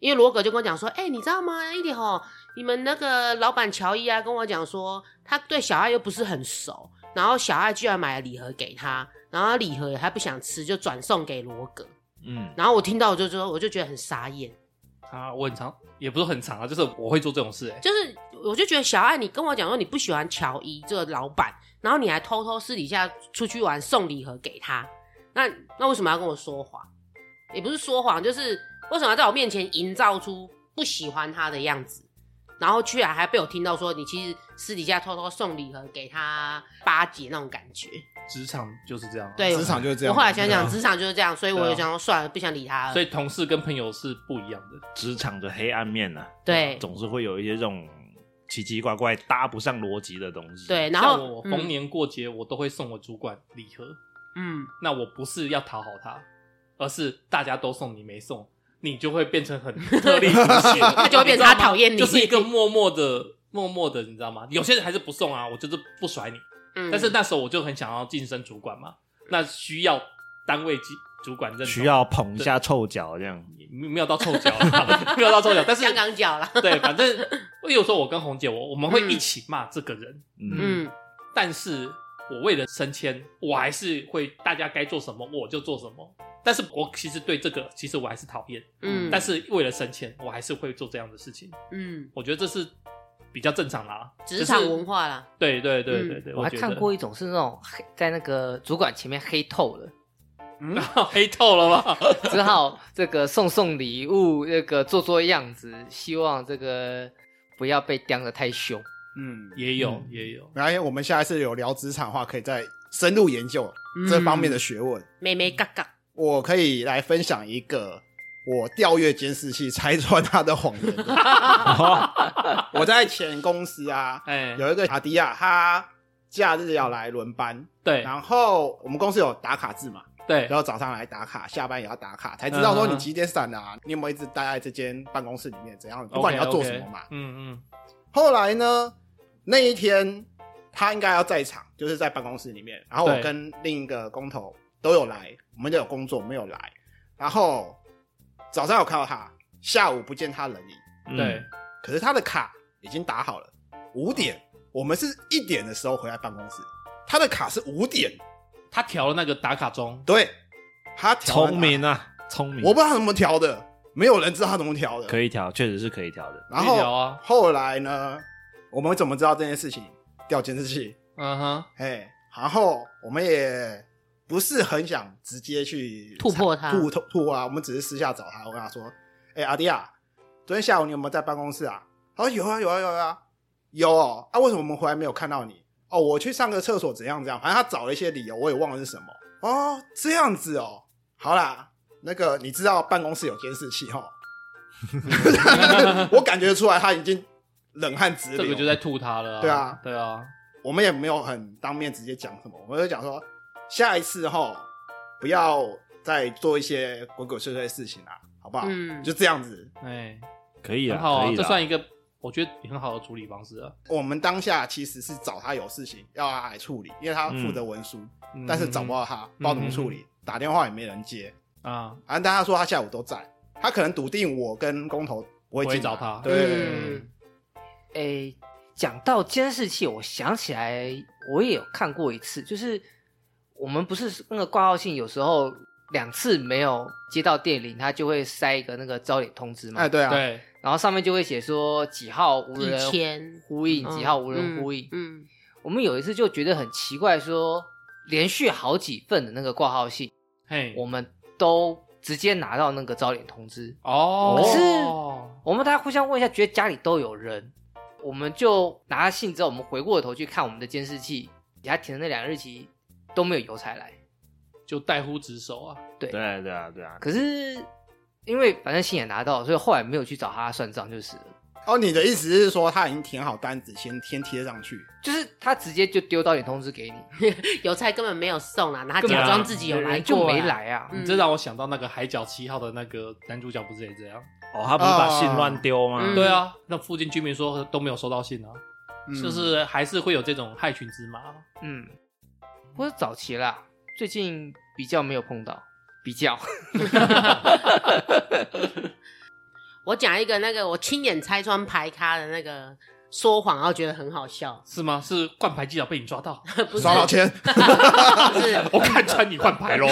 [SPEAKER 1] 因为罗格就跟我讲说，哎、你知道吗？一点吼，你们那个老板乔伊啊，跟我讲说，他对小爱又不是很熟，然后小爱居然买了礼盒给他，然后礼盒他不想吃，就转送给罗格。
[SPEAKER 4] 嗯，
[SPEAKER 1] 然后我听到我就说，我就觉得很傻眼，
[SPEAKER 2] 啊，我很常，也不是很常啊，就是我会做这种事、哎，
[SPEAKER 1] 就是我就觉得小爱，你跟我讲说你不喜欢乔伊这个老板，然后你还偷偷私底下出去玩送礼盒给他，那那为什么要跟我说谎？也不是说谎，就是为什么要在我面前营造出不喜欢他的样子，然后居然还被我听到说你其实私底下偷偷送礼盒给他巴结那种感觉。
[SPEAKER 2] 职场就是这样、啊。
[SPEAKER 1] 对
[SPEAKER 5] 职场就是这
[SPEAKER 1] 哎
[SPEAKER 5] 样。
[SPEAKER 1] 我后来想
[SPEAKER 5] 对
[SPEAKER 1] 想，
[SPEAKER 5] 啊
[SPEAKER 1] 职场就是这样，所以我
[SPEAKER 2] 对啊
[SPEAKER 1] 就想说算了，不想理他了。
[SPEAKER 2] 啊所以同事跟朋友是不一样的。
[SPEAKER 4] 职场的黑暗面呢、啊，
[SPEAKER 1] 对
[SPEAKER 4] 总是会有一些这种奇奇怪怪、搭不上逻辑的东西。
[SPEAKER 1] 对，然后
[SPEAKER 2] 像
[SPEAKER 1] 嗯
[SPEAKER 2] 我逢年过节，我都会送我主管礼盒。
[SPEAKER 1] 嗯，嗯
[SPEAKER 2] 那我不是要讨好他，而是大家都送你没送，你就会变成很特立独行，
[SPEAKER 1] 他就会变成他讨厌你
[SPEAKER 2] 知道吗就是一个默默的、默默的，你知道吗？有些人还是不送啊，我就是不甩你。
[SPEAKER 1] 嗯
[SPEAKER 2] 但是那时候我就很想要晋升主管嘛，那需要单位主主管认同
[SPEAKER 4] 需要捧一下臭脚这样。
[SPEAKER 2] 没没有到臭脚啦， 没有到臭脚，但是
[SPEAKER 1] 香港脚嗯了，
[SPEAKER 2] 对，反正我有时候我跟红姐我我们会一起骂这个人，
[SPEAKER 4] 嗯，
[SPEAKER 1] 嗯，
[SPEAKER 2] 但是我为了升迁，我还是会大家该做什么我就做什么。但是我其实对这个，其实我还是讨厌，
[SPEAKER 1] 嗯
[SPEAKER 2] 但是为了升迁，我还是会做这样的事情。
[SPEAKER 1] 嗯，
[SPEAKER 2] 我觉得这是比较正常啦，
[SPEAKER 1] 职场
[SPEAKER 2] 就是
[SPEAKER 1] 文化啦，
[SPEAKER 2] 对对对对
[SPEAKER 1] 嗯
[SPEAKER 2] 对，
[SPEAKER 3] 我还
[SPEAKER 2] 觉
[SPEAKER 3] 看
[SPEAKER 2] 得
[SPEAKER 3] 过一种是那种黑在那个主管前面黑透了，
[SPEAKER 2] 黑透了吧？
[SPEAKER 3] 只好这个送送礼物，那个做做样子，希望这个不要被刁的太凶。
[SPEAKER 5] 嗯，
[SPEAKER 2] 也有、
[SPEAKER 4] 嗯
[SPEAKER 2] 也有，
[SPEAKER 5] 没关系，我们下一次有聊职场的话，可以再深入研究
[SPEAKER 1] 嗯
[SPEAKER 5] 这方面的学问。
[SPEAKER 1] 妹妹嘎嘎。
[SPEAKER 5] 我可以来分享一个我调阅监视器拆穿他的谎 言的。我在前公司啊，
[SPEAKER 2] 哎、
[SPEAKER 5] 有一个阿迪亚，他假日要来轮班，
[SPEAKER 2] 对
[SPEAKER 5] 然后我们公司有打卡制嘛，
[SPEAKER 2] 对
[SPEAKER 5] 然后早上来打卡，下班也要打卡，才知道说你几点散啊，你有没有一直待在这间办公室里面，怎样，不管你要做什么嘛
[SPEAKER 2] OK，OK，。嗯嗯，
[SPEAKER 5] 后来呢，那一天他应该要在场，就是在办公室里面，然后我
[SPEAKER 2] 对
[SPEAKER 5] 跟另一个工头都有来，我们都有工作，没有来。然后早上有看到他，下午不见他人影，
[SPEAKER 4] 嗯
[SPEAKER 2] 对，
[SPEAKER 5] 可是他的卡已经打好了，五点，我们是一点的时候回来办公室，他的卡是五点，
[SPEAKER 2] 他调了那个打卡钟，
[SPEAKER 5] 对，他调了
[SPEAKER 4] 聪
[SPEAKER 5] 卡
[SPEAKER 4] 明，啊，聪明，
[SPEAKER 5] 我不知道他怎么调的，没有人知道他怎么调的，
[SPEAKER 4] 可以调，确实是可以调的。
[SPEAKER 5] 然
[SPEAKER 2] 可以聊
[SPEAKER 5] 后、
[SPEAKER 2] 啊
[SPEAKER 5] 后来呢，我们怎么知道这件事情？调监视器，
[SPEAKER 2] 嗯哼，
[SPEAKER 5] 哎，然后我们也不是很想直接去
[SPEAKER 1] 突破他
[SPEAKER 5] 突突突破啊，我们只是私下找他，我跟他说，哎、阿迪啊，昨天下午你有没有在办公室啊？他说有啊有啊有啊有哦啊，为什么我们回来没有看到你？哦，我去上个厕所，怎样怎样，反正他找了一些理由，我也忘了是什么。哦，这样子哦，好啦，那个你知道办公室有监视器 哈，我感觉出来他已经冷汗直
[SPEAKER 2] 这
[SPEAKER 5] 流，
[SPEAKER 2] 个就在吐他了、
[SPEAKER 5] 对啊
[SPEAKER 2] 对啊，
[SPEAKER 5] 我们也没有很当面直接讲什么，我们就讲说下一次哈，不要再做一些鬼鬼祟祟的事情啦，好不好？
[SPEAKER 1] 嗯
[SPEAKER 5] 啊就这样子。
[SPEAKER 2] 哎、
[SPEAKER 4] 可以
[SPEAKER 2] 很
[SPEAKER 4] 啊，
[SPEAKER 2] 好啊
[SPEAKER 4] 可，以
[SPEAKER 2] 这
[SPEAKER 4] 啦
[SPEAKER 2] 算一个我觉得很好的处理方式啊。
[SPEAKER 5] 我们当下其实是找他有事情要他来处理，因为他负责文书，
[SPEAKER 2] 嗯
[SPEAKER 5] 但是找不到他，不知道怎么处理，打电话也没人接。
[SPEAKER 2] 啊，
[SPEAKER 5] 反正大家说他下午都在，他可能笃定我跟工头不会
[SPEAKER 2] 不会
[SPEAKER 5] 进来
[SPEAKER 2] 找他
[SPEAKER 5] 对对对对
[SPEAKER 1] 嗯
[SPEAKER 3] 诶，讲到监视器，我想起来，我也有看过一次，就是我们不是那个挂号信，有时候两次没有接到电铃，它就会塞一个那个招领通知嘛，
[SPEAKER 5] 哎对啊，
[SPEAKER 2] 对，
[SPEAKER 3] 然后上面就会写说几号无
[SPEAKER 1] 以
[SPEAKER 3] 人
[SPEAKER 1] 前
[SPEAKER 3] 呼应，几号无人呼应。
[SPEAKER 1] 嗯，
[SPEAKER 3] 我们有一次就觉得很奇怪说连续好几份的那个挂号信，
[SPEAKER 2] 嘿，
[SPEAKER 3] 我们都直接拿到那个招领通知，
[SPEAKER 2] 哦，
[SPEAKER 3] 可是我们大家互相问一下，觉得家里都有人，我们就拿了信之后，我们回过头去看我们的监视器，给他填的那两个日期都没有邮差来。
[SPEAKER 2] 就代呼职守啊，
[SPEAKER 4] 对对啊对啊，
[SPEAKER 3] 可是因为反正信也拿到了，所以后来没有去找他算账就是了。
[SPEAKER 5] 哦，你的意思是说他已经填好单子，先先贴上去？
[SPEAKER 3] 就是他直接就丢到你通知给你，
[SPEAKER 1] 邮差根本没有送啊啦，然后他
[SPEAKER 2] 根本
[SPEAKER 1] 假装自己有
[SPEAKER 3] 人
[SPEAKER 1] 来过，
[SPEAKER 3] 就没。来啊。
[SPEAKER 1] 嗯
[SPEAKER 2] 你这让我想到那个《海角七号》的那个男主角，不是也这样？
[SPEAKER 4] 哦，他不是把信乱丢吗？
[SPEAKER 1] 嗯
[SPEAKER 2] 对啊，那附近居民说都没有收到信啊，
[SPEAKER 5] 嗯
[SPEAKER 2] 就是还是会有这种害群之马。啊
[SPEAKER 3] 嗯，不是早期啦，最近比较没有碰到，比 较
[SPEAKER 1] 我讲一个那个我亲眼拆穿排咖的那个说谎，然后觉得很好笑，
[SPEAKER 2] 是吗？是灌牌技巧被你抓到，
[SPEAKER 1] 不是
[SPEAKER 5] 耍老 千，
[SPEAKER 1] 不是，
[SPEAKER 2] 我看穿你灌 牌喽。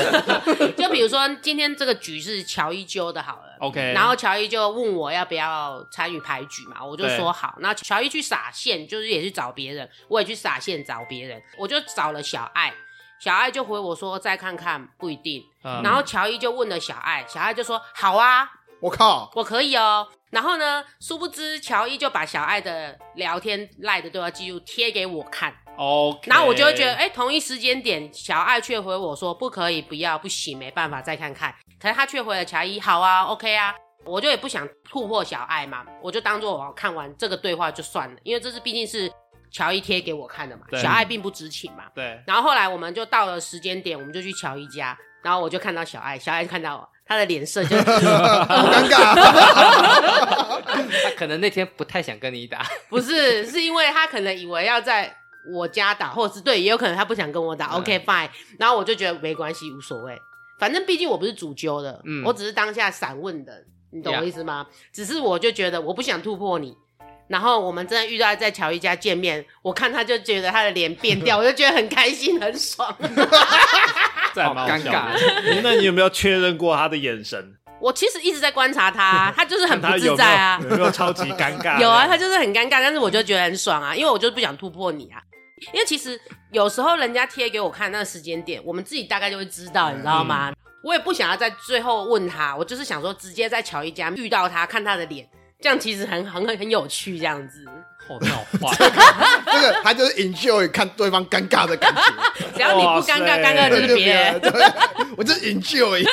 [SPEAKER 1] 就比如说今天这个局是乔一揪的，好了
[SPEAKER 2] OK，
[SPEAKER 1] 然后乔伊就问我要不要参与牌局嘛，我就说好。那乔伊去撒线，就是也去找别人，我也去撒线找别人，我就找了小爱。小爱就回我说再看看，不一定。
[SPEAKER 2] 嗯
[SPEAKER 1] 然后乔伊就问了小爱，小爱就说好啊，
[SPEAKER 5] 我靠，
[SPEAKER 1] 我可以哦。然后呢，殊不知乔伊就把小爱的聊天赖的对话记录贴给我看，
[SPEAKER 2] OK，
[SPEAKER 1] 然后我就会觉得，哎、同一时间点，小爱却回我说不可以，不要，不行，没办法，再看看。可是他却回了乔伊，好啊，OK 啊，我就也不想突破小爱嘛，我就当做我看完这个对话就算了，因为这是毕竟是乔伊贴给我看的嘛，
[SPEAKER 2] 对
[SPEAKER 1] 小爱并不知情嘛。
[SPEAKER 2] 对，
[SPEAKER 3] 啊
[SPEAKER 1] 然后后来我们就到了时间点，我们就去乔伊家，然后我就看到小爱，小爱看到我，他的脸色就
[SPEAKER 5] 好尴啊尬。
[SPEAKER 3] 他可能那天不太想跟你打，
[SPEAKER 1] 不是，是因为他可能以为要在我家打，或者是对，也有可能他不想跟我打。OK
[SPEAKER 4] 嗯
[SPEAKER 1] fine，然后我就觉得没关系，无所谓，反正毕竟我不是主揪的，
[SPEAKER 3] 嗯
[SPEAKER 1] 我只是当下闪问的，你懂
[SPEAKER 3] Yeah
[SPEAKER 1] 我意思吗只是我就觉得我不想突破你。然后我们真的遇到在乔伊家见面，我看他就觉得他的脸变掉，我就觉得很开心很爽。
[SPEAKER 2] 这还蛮好
[SPEAKER 3] 尴
[SPEAKER 2] 笑
[SPEAKER 3] 尬
[SPEAKER 2] 的。。
[SPEAKER 4] 那你有没有确认过他的眼神？
[SPEAKER 1] 我其实一直在观察他，他就是很不
[SPEAKER 4] 他有
[SPEAKER 1] 自
[SPEAKER 4] 没
[SPEAKER 1] 在啊。
[SPEAKER 4] 有有没有超级尴 尬？
[SPEAKER 1] 有啊，他就是很尴尬，但是我就觉得很爽啊，因为我就不想突破你啊。因为其实有时候人家贴给我看那个时间点，我们自己大概就会知
[SPEAKER 4] 嗯
[SPEAKER 1] 道，你知道吗？我也不想要在最后问他，我就是想说直接在乔伊家遇到他，看他的脸，这样其实很很很很有趣，这样子。
[SPEAKER 2] 哦，那 好坏，
[SPEAKER 5] 这个他就是 enjoy 看对方尴尬的感觉，
[SPEAKER 1] 只要你不尴尬，
[SPEAKER 4] 哇塞
[SPEAKER 1] 尴尬的就是别人。
[SPEAKER 5] 对，我就是 enjoy。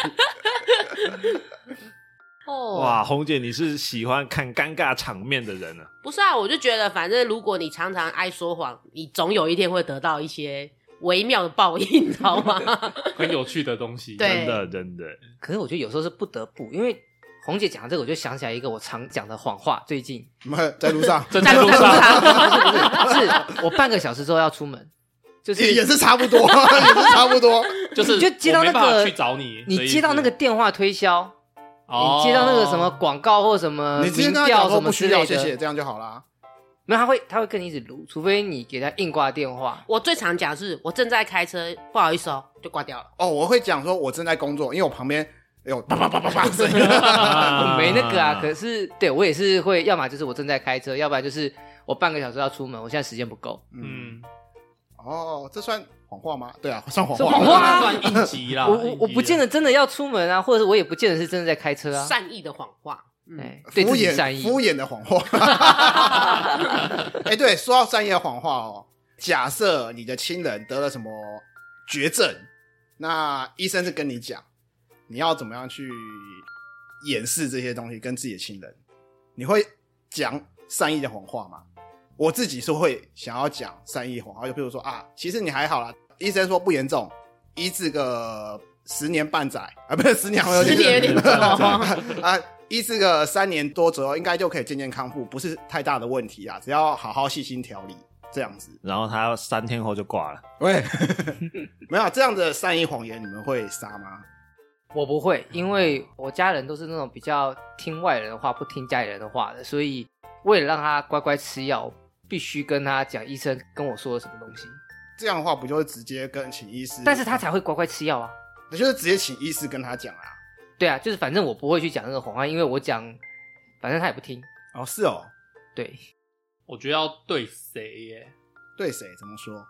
[SPEAKER 1] 哦，
[SPEAKER 4] 哇，红姐，你是喜欢看尴尬场面的人啊！
[SPEAKER 1] 不是啊，我就觉得反正如果你常常爱说谎，你总有一天会得到一些微妙的报应，你知道吗？
[SPEAKER 2] 很有趣的东西。
[SPEAKER 1] 对
[SPEAKER 4] 真的，真的，
[SPEAKER 3] 可是我觉得有时候是不得不，因为红姐讲到这个，我就想起来一个我常讲的谎话。最近
[SPEAKER 5] 我们在路上
[SPEAKER 2] 真的
[SPEAKER 1] 在
[SPEAKER 2] 路
[SPEAKER 1] 路
[SPEAKER 2] 上，
[SPEAKER 1] 上，
[SPEAKER 3] 是我半个小时之后要出门，就是
[SPEAKER 5] 也也是差不多， 也是差不多。
[SPEAKER 2] 就是
[SPEAKER 3] 你就接到那个
[SPEAKER 2] 我没办法去找你，
[SPEAKER 3] 你接到那个，电话推销，
[SPEAKER 2] 哦、
[SPEAKER 3] 你接到那个什么广告或什么
[SPEAKER 5] 你直接
[SPEAKER 3] 民
[SPEAKER 5] 跟他讲
[SPEAKER 3] 调
[SPEAKER 5] 说
[SPEAKER 3] 什
[SPEAKER 5] 不
[SPEAKER 3] 么之
[SPEAKER 5] 需要，
[SPEAKER 3] 类
[SPEAKER 5] 谢谢，
[SPEAKER 3] 的，
[SPEAKER 5] 这样就好啦。
[SPEAKER 3] 那他会他会跟你一直撸，除非你给他硬挂电话。
[SPEAKER 1] 我最常讲是我正在开车，不好意思哦，就挂掉了。
[SPEAKER 5] 哦，我会讲说我正在工作，因为我旁边有叭叭叭叭叭声音。
[SPEAKER 4] 啊
[SPEAKER 3] 我没那个啊，可是对我也是会，要么就是我正在开车，要不然就是我半个小时要出门，我现在时间不够。
[SPEAKER 5] 嗯，
[SPEAKER 2] 嗯，
[SPEAKER 5] 哦，这算谎话吗？对啊，算谎
[SPEAKER 3] 是
[SPEAKER 5] 话
[SPEAKER 3] 谎。话啊
[SPEAKER 2] 算一级啦，
[SPEAKER 3] 我我我
[SPEAKER 2] 应急
[SPEAKER 3] 不见得真的要出门啊，或者是我也不见得是真的在开车啊。
[SPEAKER 1] 善意的谎话，嗯，
[SPEAKER 3] 哎，对
[SPEAKER 5] 敷
[SPEAKER 3] 自己
[SPEAKER 5] 衍
[SPEAKER 3] 善意，
[SPEAKER 5] 敷衍的 谎话。哎、对，说到善意的谎话哦，假设你的亲人得了什么绝症，那医生是跟你讲，你要怎么样去掩饰这些东西跟自己的亲人？你会讲善意的谎话吗？我自己是会想要讲善意谎话，就譬如说啊，其实你还好啦，医生说不严重，医治个十年半载啊，不是 十年，好像有
[SPEAKER 1] 十年有点重哦
[SPEAKER 5] 啊，医治个三年多左右，应该就可以渐渐康复，不是太大的问题啊，只要好好细心调理这样子。
[SPEAKER 4] 然后他三天后就挂了。
[SPEAKER 5] 喂， 没有啊这样的善意谎言，你们会杀吗？
[SPEAKER 3] 我不会，
[SPEAKER 1] 嗯
[SPEAKER 3] 因为我家人都是那种比较听外人的话，不听家里人的话的，所以为了让他乖乖吃药，必须跟他讲医生跟我说了什么东西，
[SPEAKER 1] 嗯
[SPEAKER 5] 这样的话不就是直接跟请医师？
[SPEAKER 3] 但是他才会乖乖吃药啊。
[SPEAKER 5] 就是直接请医师跟他讲啊。
[SPEAKER 3] 对啊，就是反正我不会去讲那个谎话，因为我讲，反正他也不听。
[SPEAKER 5] 哦，是哦，
[SPEAKER 3] 对，
[SPEAKER 2] 我觉得要对谁耶？
[SPEAKER 5] 对谁怎么说？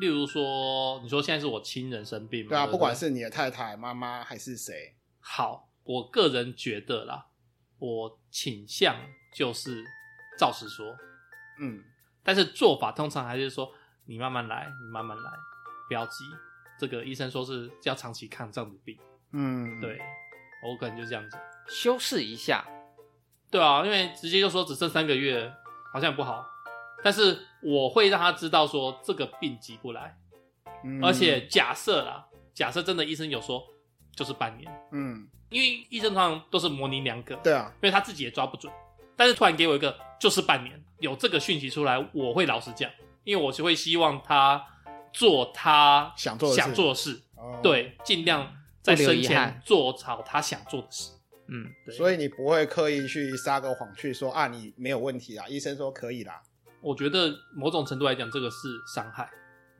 [SPEAKER 2] 例如说，你说现在是我亲人生病嘛？
[SPEAKER 5] 对啊，
[SPEAKER 2] 不
[SPEAKER 5] 不管是你的太太、妈妈还是谁，
[SPEAKER 2] 好，我个人觉得啦，我倾向就是照实说，
[SPEAKER 5] 嗯，
[SPEAKER 2] 但是做法通常还是说你慢慢来，你慢慢来，不要急。这个医生说是要长期抗这样的病，
[SPEAKER 5] 嗯，
[SPEAKER 2] 对，我可能就这样子。
[SPEAKER 3] 修饰一下，
[SPEAKER 2] 对啊，因为直接就说只剩三个月，好像也不好。但是我会让他知道说这个病急不来，
[SPEAKER 5] 嗯
[SPEAKER 2] 而且假设啦，假设真的医生有说就是半年，
[SPEAKER 5] 嗯，
[SPEAKER 2] 因为医生通常都是模棱两可，
[SPEAKER 5] 对啊，
[SPEAKER 2] 因为他自己也抓不准。但是突然给我一个就是半年，有这个讯息出来，我会老实讲，因为我就会希望他做他
[SPEAKER 5] 想做的事
[SPEAKER 2] 想做的事，
[SPEAKER 5] 哦，
[SPEAKER 2] 对，尽量在
[SPEAKER 3] 不留
[SPEAKER 2] 生
[SPEAKER 3] 遗
[SPEAKER 2] 前
[SPEAKER 3] 憾
[SPEAKER 2] 做好他想做的事。
[SPEAKER 3] 嗯，
[SPEAKER 5] 所以你不会刻意去撒个谎去说啊，你没有问题啦，医生说可以啦，
[SPEAKER 2] 我觉得某种程度来讲，这个是伤害。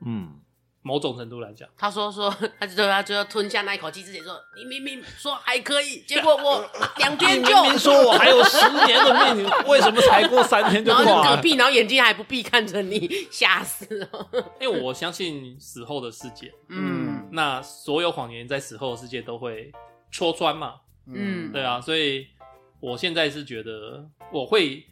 [SPEAKER 4] 嗯，
[SPEAKER 2] 某种程度来讲，
[SPEAKER 1] 他说 说，他就他就要吞下那一口气之前说，你明明说还可以， 结果我两天就，
[SPEAKER 4] 啊明说我还有十年的命，为什么才过三天就
[SPEAKER 1] 然 后就
[SPEAKER 4] 挂
[SPEAKER 1] 隔
[SPEAKER 4] 了？
[SPEAKER 1] 壁，然后眼睛还不闭看着你， 吓死了。
[SPEAKER 2] 因为我相信死后的世界，
[SPEAKER 1] 嗯
[SPEAKER 2] 那所有谎言在死后的世界都会戳穿嘛，
[SPEAKER 1] 嗯
[SPEAKER 2] 对啊，所以我现在是觉得我会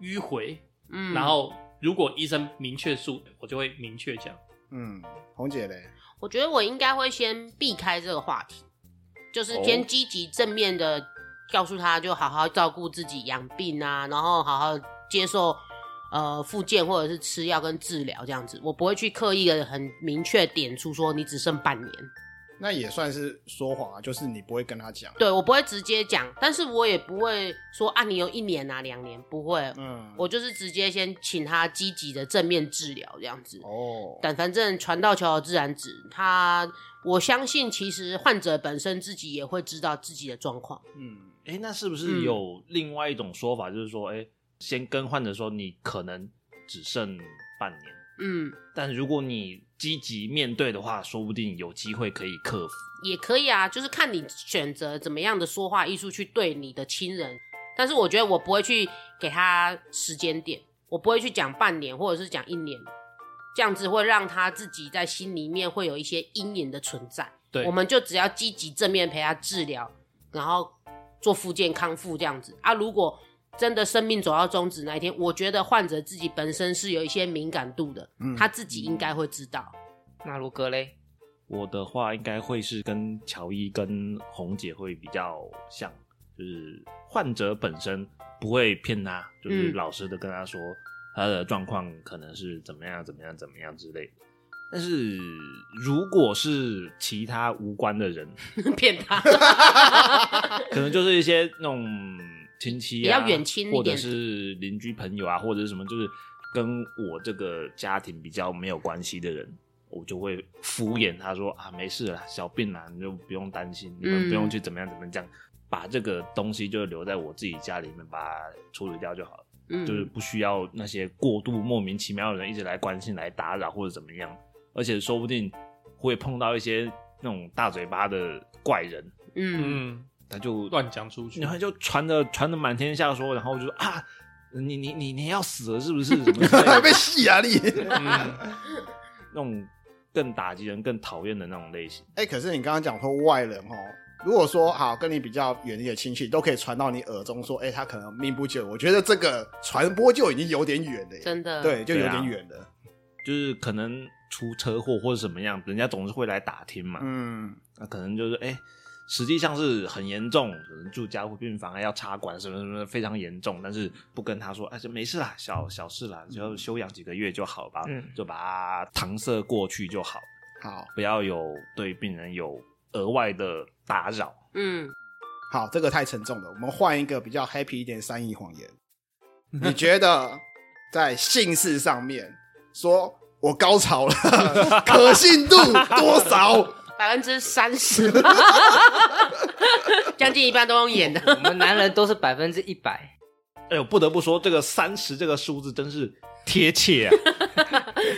[SPEAKER 2] 迂回，
[SPEAKER 1] 嗯，
[SPEAKER 2] 然后如果医生明确数，我就会明确讲。
[SPEAKER 5] 嗯，红姐嘞，
[SPEAKER 1] 我觉得我应该会先避开这个话题，就是先积极正面的告诉他，就好好照顾自己，养病啊，然后好好接受呃复健或者是吃药跟治疗这样子。我不会去刻意的很明确点出说你只剩半年，
[SPEAKER 5] 那也算是说谎啊，就是你不会跟他讲，
[SPEAKER 1] 对我不会直接讲，但是我也不会说啊你有一年啊两年，不会，
[SPEAKER 5] 嗯，
[SPEAKER 1] 我就是直接先请他积极的正面治疗这样子。
[SPEAKER 5] 哦，
[SPEAKER 1] 但反正船到桥头自然直，他我相信其实患者本身自己也会知道自己的状况。
[SPEAKER 5] 嗯，
[SPEAKER 4] 哎，那是不是有另外一种说法，就是说，哎，先跟患者说你可能只剩半年，
[SPEAKER 1] 嗯，
[SPEAKER 4] 但如果你积极面对的话，说不定有机会可以克服。
[SPEAKER 1] 也可以啊，就是看你选择怎么样的说话艺术去对你的亲人。但是我觉得我不会去给他时间点，我不会去讲半年或者是讲一年，这样子会让他自己在心里面会有一些阴影的存在。
[SPEAKER 2] 对，
[SPEAKER 1] 我们就只要积极正面陪他治疗，然后做复健康复这样子啊。如果真的生命走到终止那一天，我觉得患者自己本身是有一些敏感度的，
[SPEAKER 5] 嗯
[SPEAKER 1] 他自己应该会知道。
[SPEAKER 3] 那如哥嘞？
[SPEAKER 4] 我的话应该会是跟乔伊跟红姐会比较像，就是患者本身不会骗他，就是
[SPEAKER 1] 嗯
[SPEAKER 4] 老实的跟他说他的状况可能是怎么样怎么样怎么样之类的。但是如果是其他无关的人，
[SPEAKER 1] 骗他，
[SPEAKER 4] 可能就是一些那种亲戚、啊、
[SPEAKER 1] 比较远亲一点
[SPEAKER 4] 或者是邻居朋友啊，或者是什么，就是跟我这个家庭比较没有关系的人，我就会敷衍他说啊，没事啦，小病啦，你就不用担心，你
[SPEAKER 1] 嗯
[SPEAKER 4] 们不用去怎么样怎么样这样，把这个东西就留在我自己家里面，把它处理掉就好了，
[SPEAKER 1] 嗯，
[SPEAKER 4] 就是不需要那些过度莫名其妙的人一直来关心、来打扰或者怎么样，而且说不定会碰到一些那种大嘴巴的怪人，
[SPEAKER 1] 嗯，
[SPEAKER 2] 嗯，
[SPEAKER 4] 他就
[SPEAKER 2] 乱讲出去
[SPEAKER 4] 然，后就传的传的满天下说，然后就说啊，你你你你要死了是 不是？什么之类的
[SPEAKER 5] 被戏啊你，
[SPEAKER 2] 嗯，
[SPEAKER 4] 那种更打击人、更讨厌的那种类型。
[SPEAKER 5] 哎，可是你刚刚讲说外人哦。如果说好跟你比较远一点的亲戚都可以传到你耳中，说，哎、他可能命不久，我觉得这个传播就已经有点远了耶，
[SPEAKER 1] 真的，
[SPEAKER 5] 对，就有
[SPEAKER 4] 对
[SPEAKER 5] 点
[SPEAKER 4] 啊
[SPEAKER 5] 远了。
[SPEAKER 4] 就是可能出车祸或者什么样，人家总是会来打听嘛。
[SPEAKER 5] 嗯，
[SPEAKER 4] 那、可能就是哎、实际上是很严重，可能住加护病房啊要插管什么什么的非常严重，但是不跟他说，哎、这没事啦，小小事啦，只
[SPEAKER 5] 嗯
[SPEAKER 4] 要休养几个月就好吧，
[SPEAKER 3] 嗯
[SPEAKER 4] 就把它搪塞过去就好，
[SPEAKER 5] 好
[SPEAKER 4] 不要有对病人有额外的打扰。
[SPEAKER 1] 嗯，
[SPEAKER 5] 好，这个太沉重了，我们换一个比较 happy 一点的善意谎 言。你觉得在姓氏上面说我高潮了， 可信度多少？
[SPEAKER 1] 百分之三十，将近一半都用演的。
[SPEAKER 3] 我们男人都是百分之一百，
[SPEAKER 4] 哎呦，不得不说，这个三十这个数字真是贴切、 啊，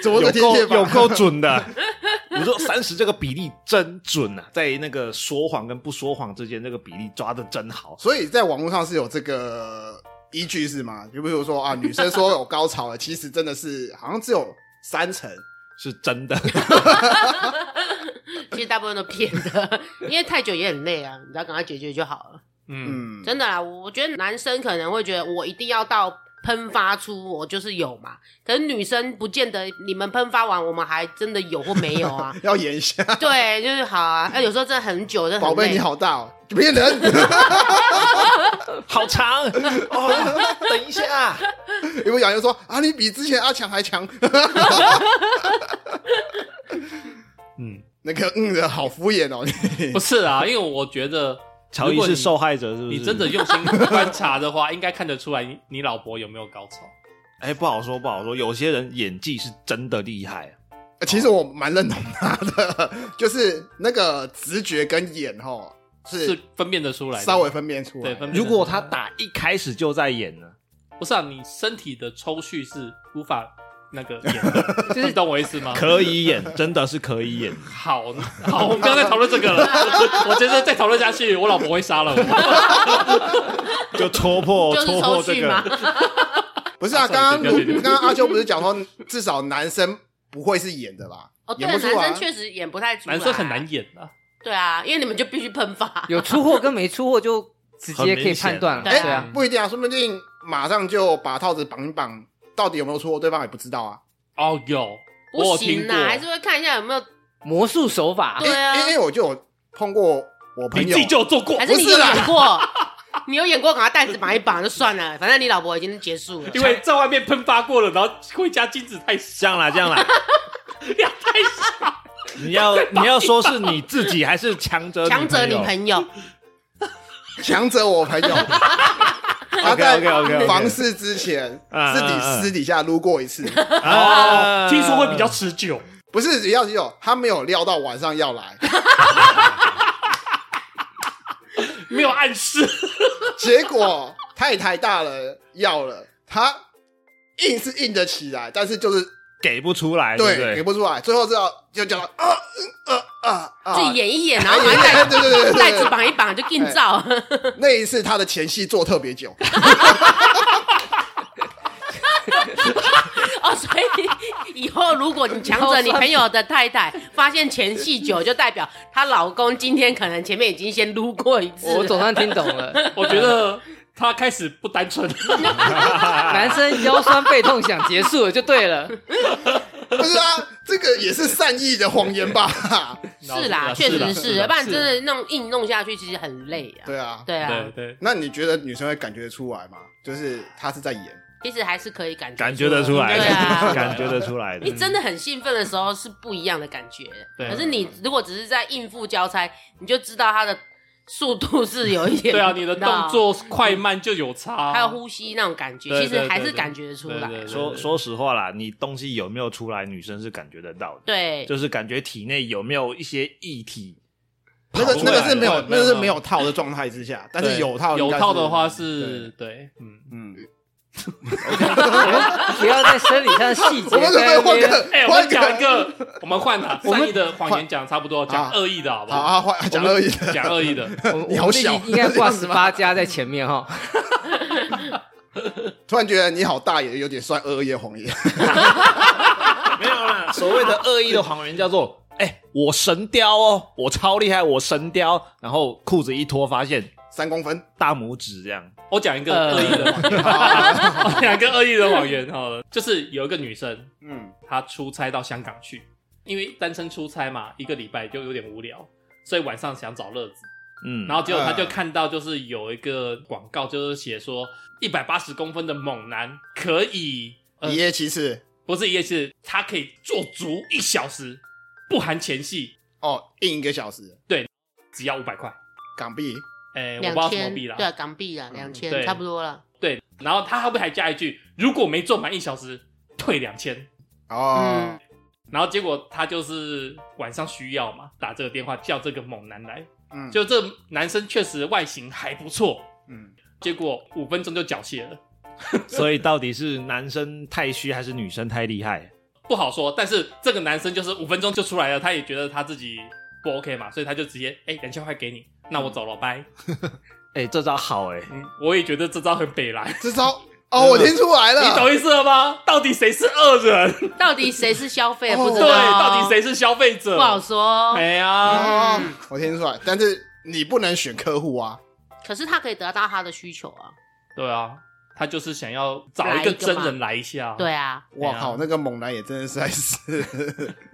[SPEAKER 5] 怎么
[SPEAKER 4] 有
[SPEAKER 5] 个贴
[SPEAKER 4] 够
[SPEAKER 5] 切法
[SPEAKER 4] 有够准的。 我说三十这个比例真准啊，在那个说谎跟不说谎之间，这个比例抓的真好。
[SPEAKER 5] 所以在网络上是有这个依据是吗？就比如说啊，女生说有高潮了，其实真的是好像只有三成。
[SPEAKER 4] 是真 的，
[SPEAKER 1] 其实大部分都骗的，因为太久也很累啊，你只要赶快解决就好了。
[SPEAKER 2] 嗯，
[SPEAKER 5] 嗯，？
[SPEAKER 1] 真的啦，我我觉得男生可能会觉得我一定要到喷发出我就是有嘛，可是女生不见得，你们喷发完我们还真的有或没有啊
[SPEAKER 5] 要演一下，
[SPEAKER 1] 对，哎就是好啊，那有时候真的很久，真的很
[SPEAKER 5] 宝贝
[SPEAKER 1] 累
[SPEAKER 5] 你，好大哦，骗人。
[SPEAKER 4] 好长，
[SPEAKER 5] 哦，
[SPEAKER 4] 等一下，啊
[SPEAKER 5] 因为杨就说啊，你比之前阿强还强，
[SPEAKER 4] 嗯，
[SPEAKER 5] 那个嗯的好敷衍哦，
[SPEAKER 2] 不是啊，因为我觉得
[SPEAKER 4] 乔伊是受害者，是不是？
[SPEAKER 2] 你真的用心观察的话，应该看得出来你你老婆有没有高潮。
[SPEAKER 4] 哎、不好说，不好说。有些人演技是真的厉害，
[SPEAKER 5] 其实我蛮认同他的，就是那个直觉跟眼哦，
[SPEAKER 2] 是
[SPEAKER 5] 是
[SPEAKER 2] 分辨得出来的，
[SPEAKER 5] 稍微分辨出来
[SPEAKER 2] 对分辨
[SPEAKER 4] 如果他打一开始就在演呢，
[SPEAKER 2] 不是啊，你身体的抽蓄是无法那个演的，
[SPEAKER 3] 就是
[SPEAKER 2] 你懂我意思吗？
[SPEAKER 4] 可以演，真的是可以演。
[SPEAKER 2] 好 好，我们不要再讨论这个了。我我觉得再讨论下去，我老婆会杀了我。
[SPEAKER 4] 就戳 破
[SPEAKER 1] 就是
[SPEAKER 4] 戳破
[SPEAKER 1] 抽
[SPEAKER 4] 这
[SPEAKER 1] 蓄
[SPEAKER 4] 个
[SPEAKER 1] 嘛，，
[SPEAKER 5] 不是啊，刚
[SPEAKER 2] 对对对
[SPEAKER 5] 刚
[SPEAKER 2] 对
[SPEAKER 5] 刚刚阿秋不是讲说，至少男生不会是演的吧？
[SPEAKER 1] 哦，对，
[SPEAKER 5] 演不
[SPEAKER 1] 男
[SPEAKER 5] 出来
[SPEAKER 1] 生
[SPEAKER 5] 啊。
[SPEAKER 1] 确实演不太出来，
[SPEAKER 2] 男生很难。演啊，
[SPEAKER 1] 对啊，因为你们就必须喷发。
[SPEAKER 3] 有出货跟没出货就直接可以判断了，
[SPEAKER 1] 很明
[SPEAKER 3] 对
[SPEAKER 1] 显
[SPEAKER 3] 啊，
[SPEAKER 5] 不一定啊，说不定马上就把套子绑一绑，到底有没有出货，对方也不知道啊。
[SPEAKER 2] 哦，有，
[SPEAKER 1] 不
[SPEAKER 2] 我有听
[SPEAKER 1] 行
[SPEAKER 2] 过，
[SPEAKER 1] 啦，还是会看一下有没有，
[SPEAKER 3] 魔术手法
[SPEAKER 1] 对啊
[SPEAKER 5] 因因因为我就有碰过我朋
[SPEAKER 4] 你
[SPEAKER 5] 友
[SPEAKER 4] 自己，就有做过
[SPEAKER 1] 还，是你
[SPEAKER 5] 不
[SPEAKER 1] 有
[SPEAKER 5] 是啦
[SPEAKER 1] 演过？你有演过，赶快袋子绑一绑就算了，反正你老婆已经结束了。
[SPEAKER 2] 因为在外面喷发过了，然后回家精子太
[SPEAKER 4] 这
[SPEAKER 2] 小，
[SPEAKER 4] 样啦，这样啦。
[SPEAKER 2] 量太小。
[SPEAKER 4] 你要你要说是你自己还是强者
[SPEAKER 1] 强者女
[SPEAKER 4] 友？
[SPEAKER 1] 朋友，
[SPEAKER 5] 强者我朋友， 他
[SPEAKER 4] OK，OK，OK，OK
[SPEAKER 5] 在房事之前
[SPEAKER 4] 嗯
[SPEAKER 5] 自
[SPEAKER 4] 嗯嗯
[SPEAKER 5] 己私底下撸过一次，
[SPEAKER 4] 啊
[SPEAKER 2] 听说会比较持久。
[SPEAKER 5] 不是只要只有他没有料到晚上要来，
[SPEAKER 2] 没有 暗示，
[SPEAKER 5] 结果太太大了要了，他硬是硬得起来，但是就是
[SPEAKER 4] 给不出来，对不
[SPEAKER 5] 对给
[SPEAKER 4] 对？
[SPEAKER 5] 不出来，最后知道就讲到啊嗯呃啊啊，
[SPEAKER 1] 自己演一演，然后把
[SPEAKER 5] 哎，
[SPEAKER 1] 袋
[SPEAKER 5] 对对对对
[SPEAKER 1] 袋子
[SPEAKER 5] 对
[SPEAKER 1] 绑一绑就硬照。
[SPEAKER 5] 对，那一次他的前戏做特别久，
[SPEAKER 1] 哦，所以以后如果你强者你朋友的太太发现前戏久，就代表她老公今天可能前面已经先撸过一次了。
[SPEAKER 3] 我总算听懂 了。
[SPEAKER 2] 我觉得他开始不单纯。
[SPEAKER 1] 啊
[SPEAKER 3] 男生腰酸背痛想结束了就对了，
[SPEAKER 5] 不是啊，这个也是善意的谎言吧？
[SPEAKER 1] 是啦，
[SPEAKER 2] 是
[SPEAKER 1] 确
[SPEAKER 2] 啦
[SPEAKER 1] 实
[SPEAKER 2] 是啦
[SPEAKER 1] 是，要不然
[SPEAKER 2] 是
[SPEAKER 1] 真的弄硬弄下去，其实很累啊。
[SPEAKER 5] 对啊，
[SPEAKER 1] 对啊
[SPEAKER 2] 对，对，
[SPEAKER 5] 那你觉得女生会感觉出来吗？就是她是在演，
[SPEAKER 1] 其实还是可以感觉
[SPEAKER 4] 感觉得出来，
[SPEAKER 1] 对啊。
[SPEAKER 4] 感觉得出来 的
[SPEAKER 1] 你。真的很兴奋的时候是不一样的感觉的，
[SPEAKER 2] 对
[SPEAKER 1] 可是你如果只是在应付交差，你就知道他的速度是有一点，
[SPEAKER 2] 对啊，你的动作快慢就有差，
[SPEAKER 1] 还有呼吸那种感觉，
[SPEAKER 2] 对
[SPEAKER 1] 其实还
[SPEAKER 2] 对
[SPEAKER 1] 是
[SPEAKER 2] 对
[SPEAKER 1] 感觉得出
[SPEAKER 2] 对
[SPEAKER 1] 来
[SPEAKER 2] 对。对
[SPEAKER 4] 说说实话啦，你东西有没有出来，女生是感觉得到的，
[SPEAKER 1] 对，
[SPEAKER 4] 就是感觉体内有没有一些液体。
[SPEAKER 5] 那个
[SPEAKER 2] 跑出
[SPEAKER 5] 那
[SPEAKER 2] 来
[SPEAKER 5] 个是没有
[SPEAKER 2] 对，
[SPEAKER 5] 那个是
[SPEAKER 2] 没有
[SPEAKER 5] 没有套的状态之下，但
[SPEAKER 2] 对
[SPEAKER 5] 是有套应
[SPEAKER 2] 有
[SPEAKER 5] 该
[SPEAKER 2] 套的话 是对，嗯，
[SPEAKER 5] 嗯，
[SPEAKER 3] 不要在生理上的细
[SPEAKER 5] 我
[SPEAKER 3] 节
[SPEAKER 5] 们准
[SPEAKER 3] 在那
[SPEAKER 5] 备换
[SPEAKER 3] 边。
[SPEAKER 5] 个
[SPEAKER 2] 哎，，我
[SPEAKER 5] 换
[SPEAKER 2] 们讲一个，我们换他
[SPEAKER 5] 我们
[SPEAKER 2] 善意的谎言讲差不多，讲
[SPEAKER 5] 好
[SPEAKER 2] 恶意的好不
[SPEAKER 5] 好啊，换讲恶意的，
[SPEAKER 2] 讲恶意的，
[SPEAKER 3] 我们
[SPEAKER 5] 你好
[SPEAKER 3] 我们自己
[SPEAKER 5] 小
[SPEAKER 3] 应该挂十八家在前面哈。
[SPEAKER 5] 突然觉得你好大爷，有点算恶意的谎言。
[SPEAKER 4] 没有啦， 所谓的恶意的谎言叫做， 哎、我神雕哦，我超厉害，我神雕。然后裤子一脱，发现
[SPEAKER 5] 三公分，
[SPEAKER 4] 大拇指这样，
[SPEAKER 2] 我讲一个
[SPEAKER 3] 呃
[SPEAKER 2] 恶意的谎言，我讲一个恶意的谎言好了，就是有一个女生，
[SPEAKER 5] 嗯，
[SPEAKER 2] 她出差到香港去，因为单身出差嘛，一个礼拜就有点无聊，所以晚上想找乐子。
[SPEAKER 4] 嗯，
[SPEAKER 2] 然
[SPEAKER 4] 后
[SPEAKER 2] 后结果他就看到，就是有一个广告，就是写说一百八十公分的猛男可以，呃
[SPEAKER 5] 一，夜七次，
[SPEAKER 2] 不是一夜是，他可以做足一小时，不含前戏，
[SPEAKER 5] 哦，硬一个小时，
[SPEAKER 2] 只要五百块。
[SPEAKER 5] 港币，
[SPEAKER 2] 哎，我不
[SPEAKER 1] 两
[SPEAKER 2] 知道什么
[SPEAKER 1] 千
[SPEAKER 2] 币啦。嗯
[SPEAKER 1] 对啊港币啊，两千
[SPEAKER 2] 对
[SPEAKER 1] 差不多了。
[SPEAKER 2] 对然后他后面还加一句，如果没做满一小时，退两千。
[SPEAKER 1] 嗯
[SPEAKER 5] 哦，
[SPEAKER 2] 然后结果他就是晚上需要嘛，打这个电话叫这个猛男来，
[SPEAKER 5] 嗯，
[SPEAKER 2] 就这男生确实外形还不错，
[SPEAKER 5] 嗯，
[SPEAKER 2] 结果五分钟就缴械了。
[SPEAKER 4] 所以到底是男生太虚还是女生太厉害？
[SPEAKER 2] 不好说，但是这个男生就是五分钟就出来了，他也觉得他自己不 OK 嘛，所以他就直接哎两千块给你，那我走了，拜。
[SPEAKER 4] 哎、这招好哎、
[SPEAKER 2] 嗯，我也觉得这招很北来，
[SPEAKER 5] 这招哦，我听出来了，
[SPEAKER 2] 你懂意思了吗？到底谁是恶人？
[SPEAKER 1] 到底谁是消费？
[SPEAKER 5] 哦
[SPEAKER 1] 不知
[SPEAKER 2] 对，啊
[SPEAKER 1] 道，
[SPEAKER 2] 到底谁是消费者？
[SPEAKER 1] 不好说。
[SPEAKER 2] 哎呀，
[SPEAKER 5] 哦，我听出来，但是你不能选客户啊，
[SPEAKER 1] 可是他可以得到他的需求啊。
[SPEAKER 2] 对啊，他就是想要找
[SPEAKER 1] 来
[SPEAKER 2] 一
[SPEAKER 1] 一
[SPEAKER 2] 个
[SPEAKER 1] 个
[SPEAKER 2] 真
[SPEAKER 1] 嘛
[SPEAKER 2] 人来一下。
[SPEAKER 1] 对啊，
[SPEAKER 5] 我
[SPEAKER 2] 哎
[SPEAKER 5] 靠
[SPEAKER 2] 呀，
[SPEAKER 5] 那个猛男也真的实在是，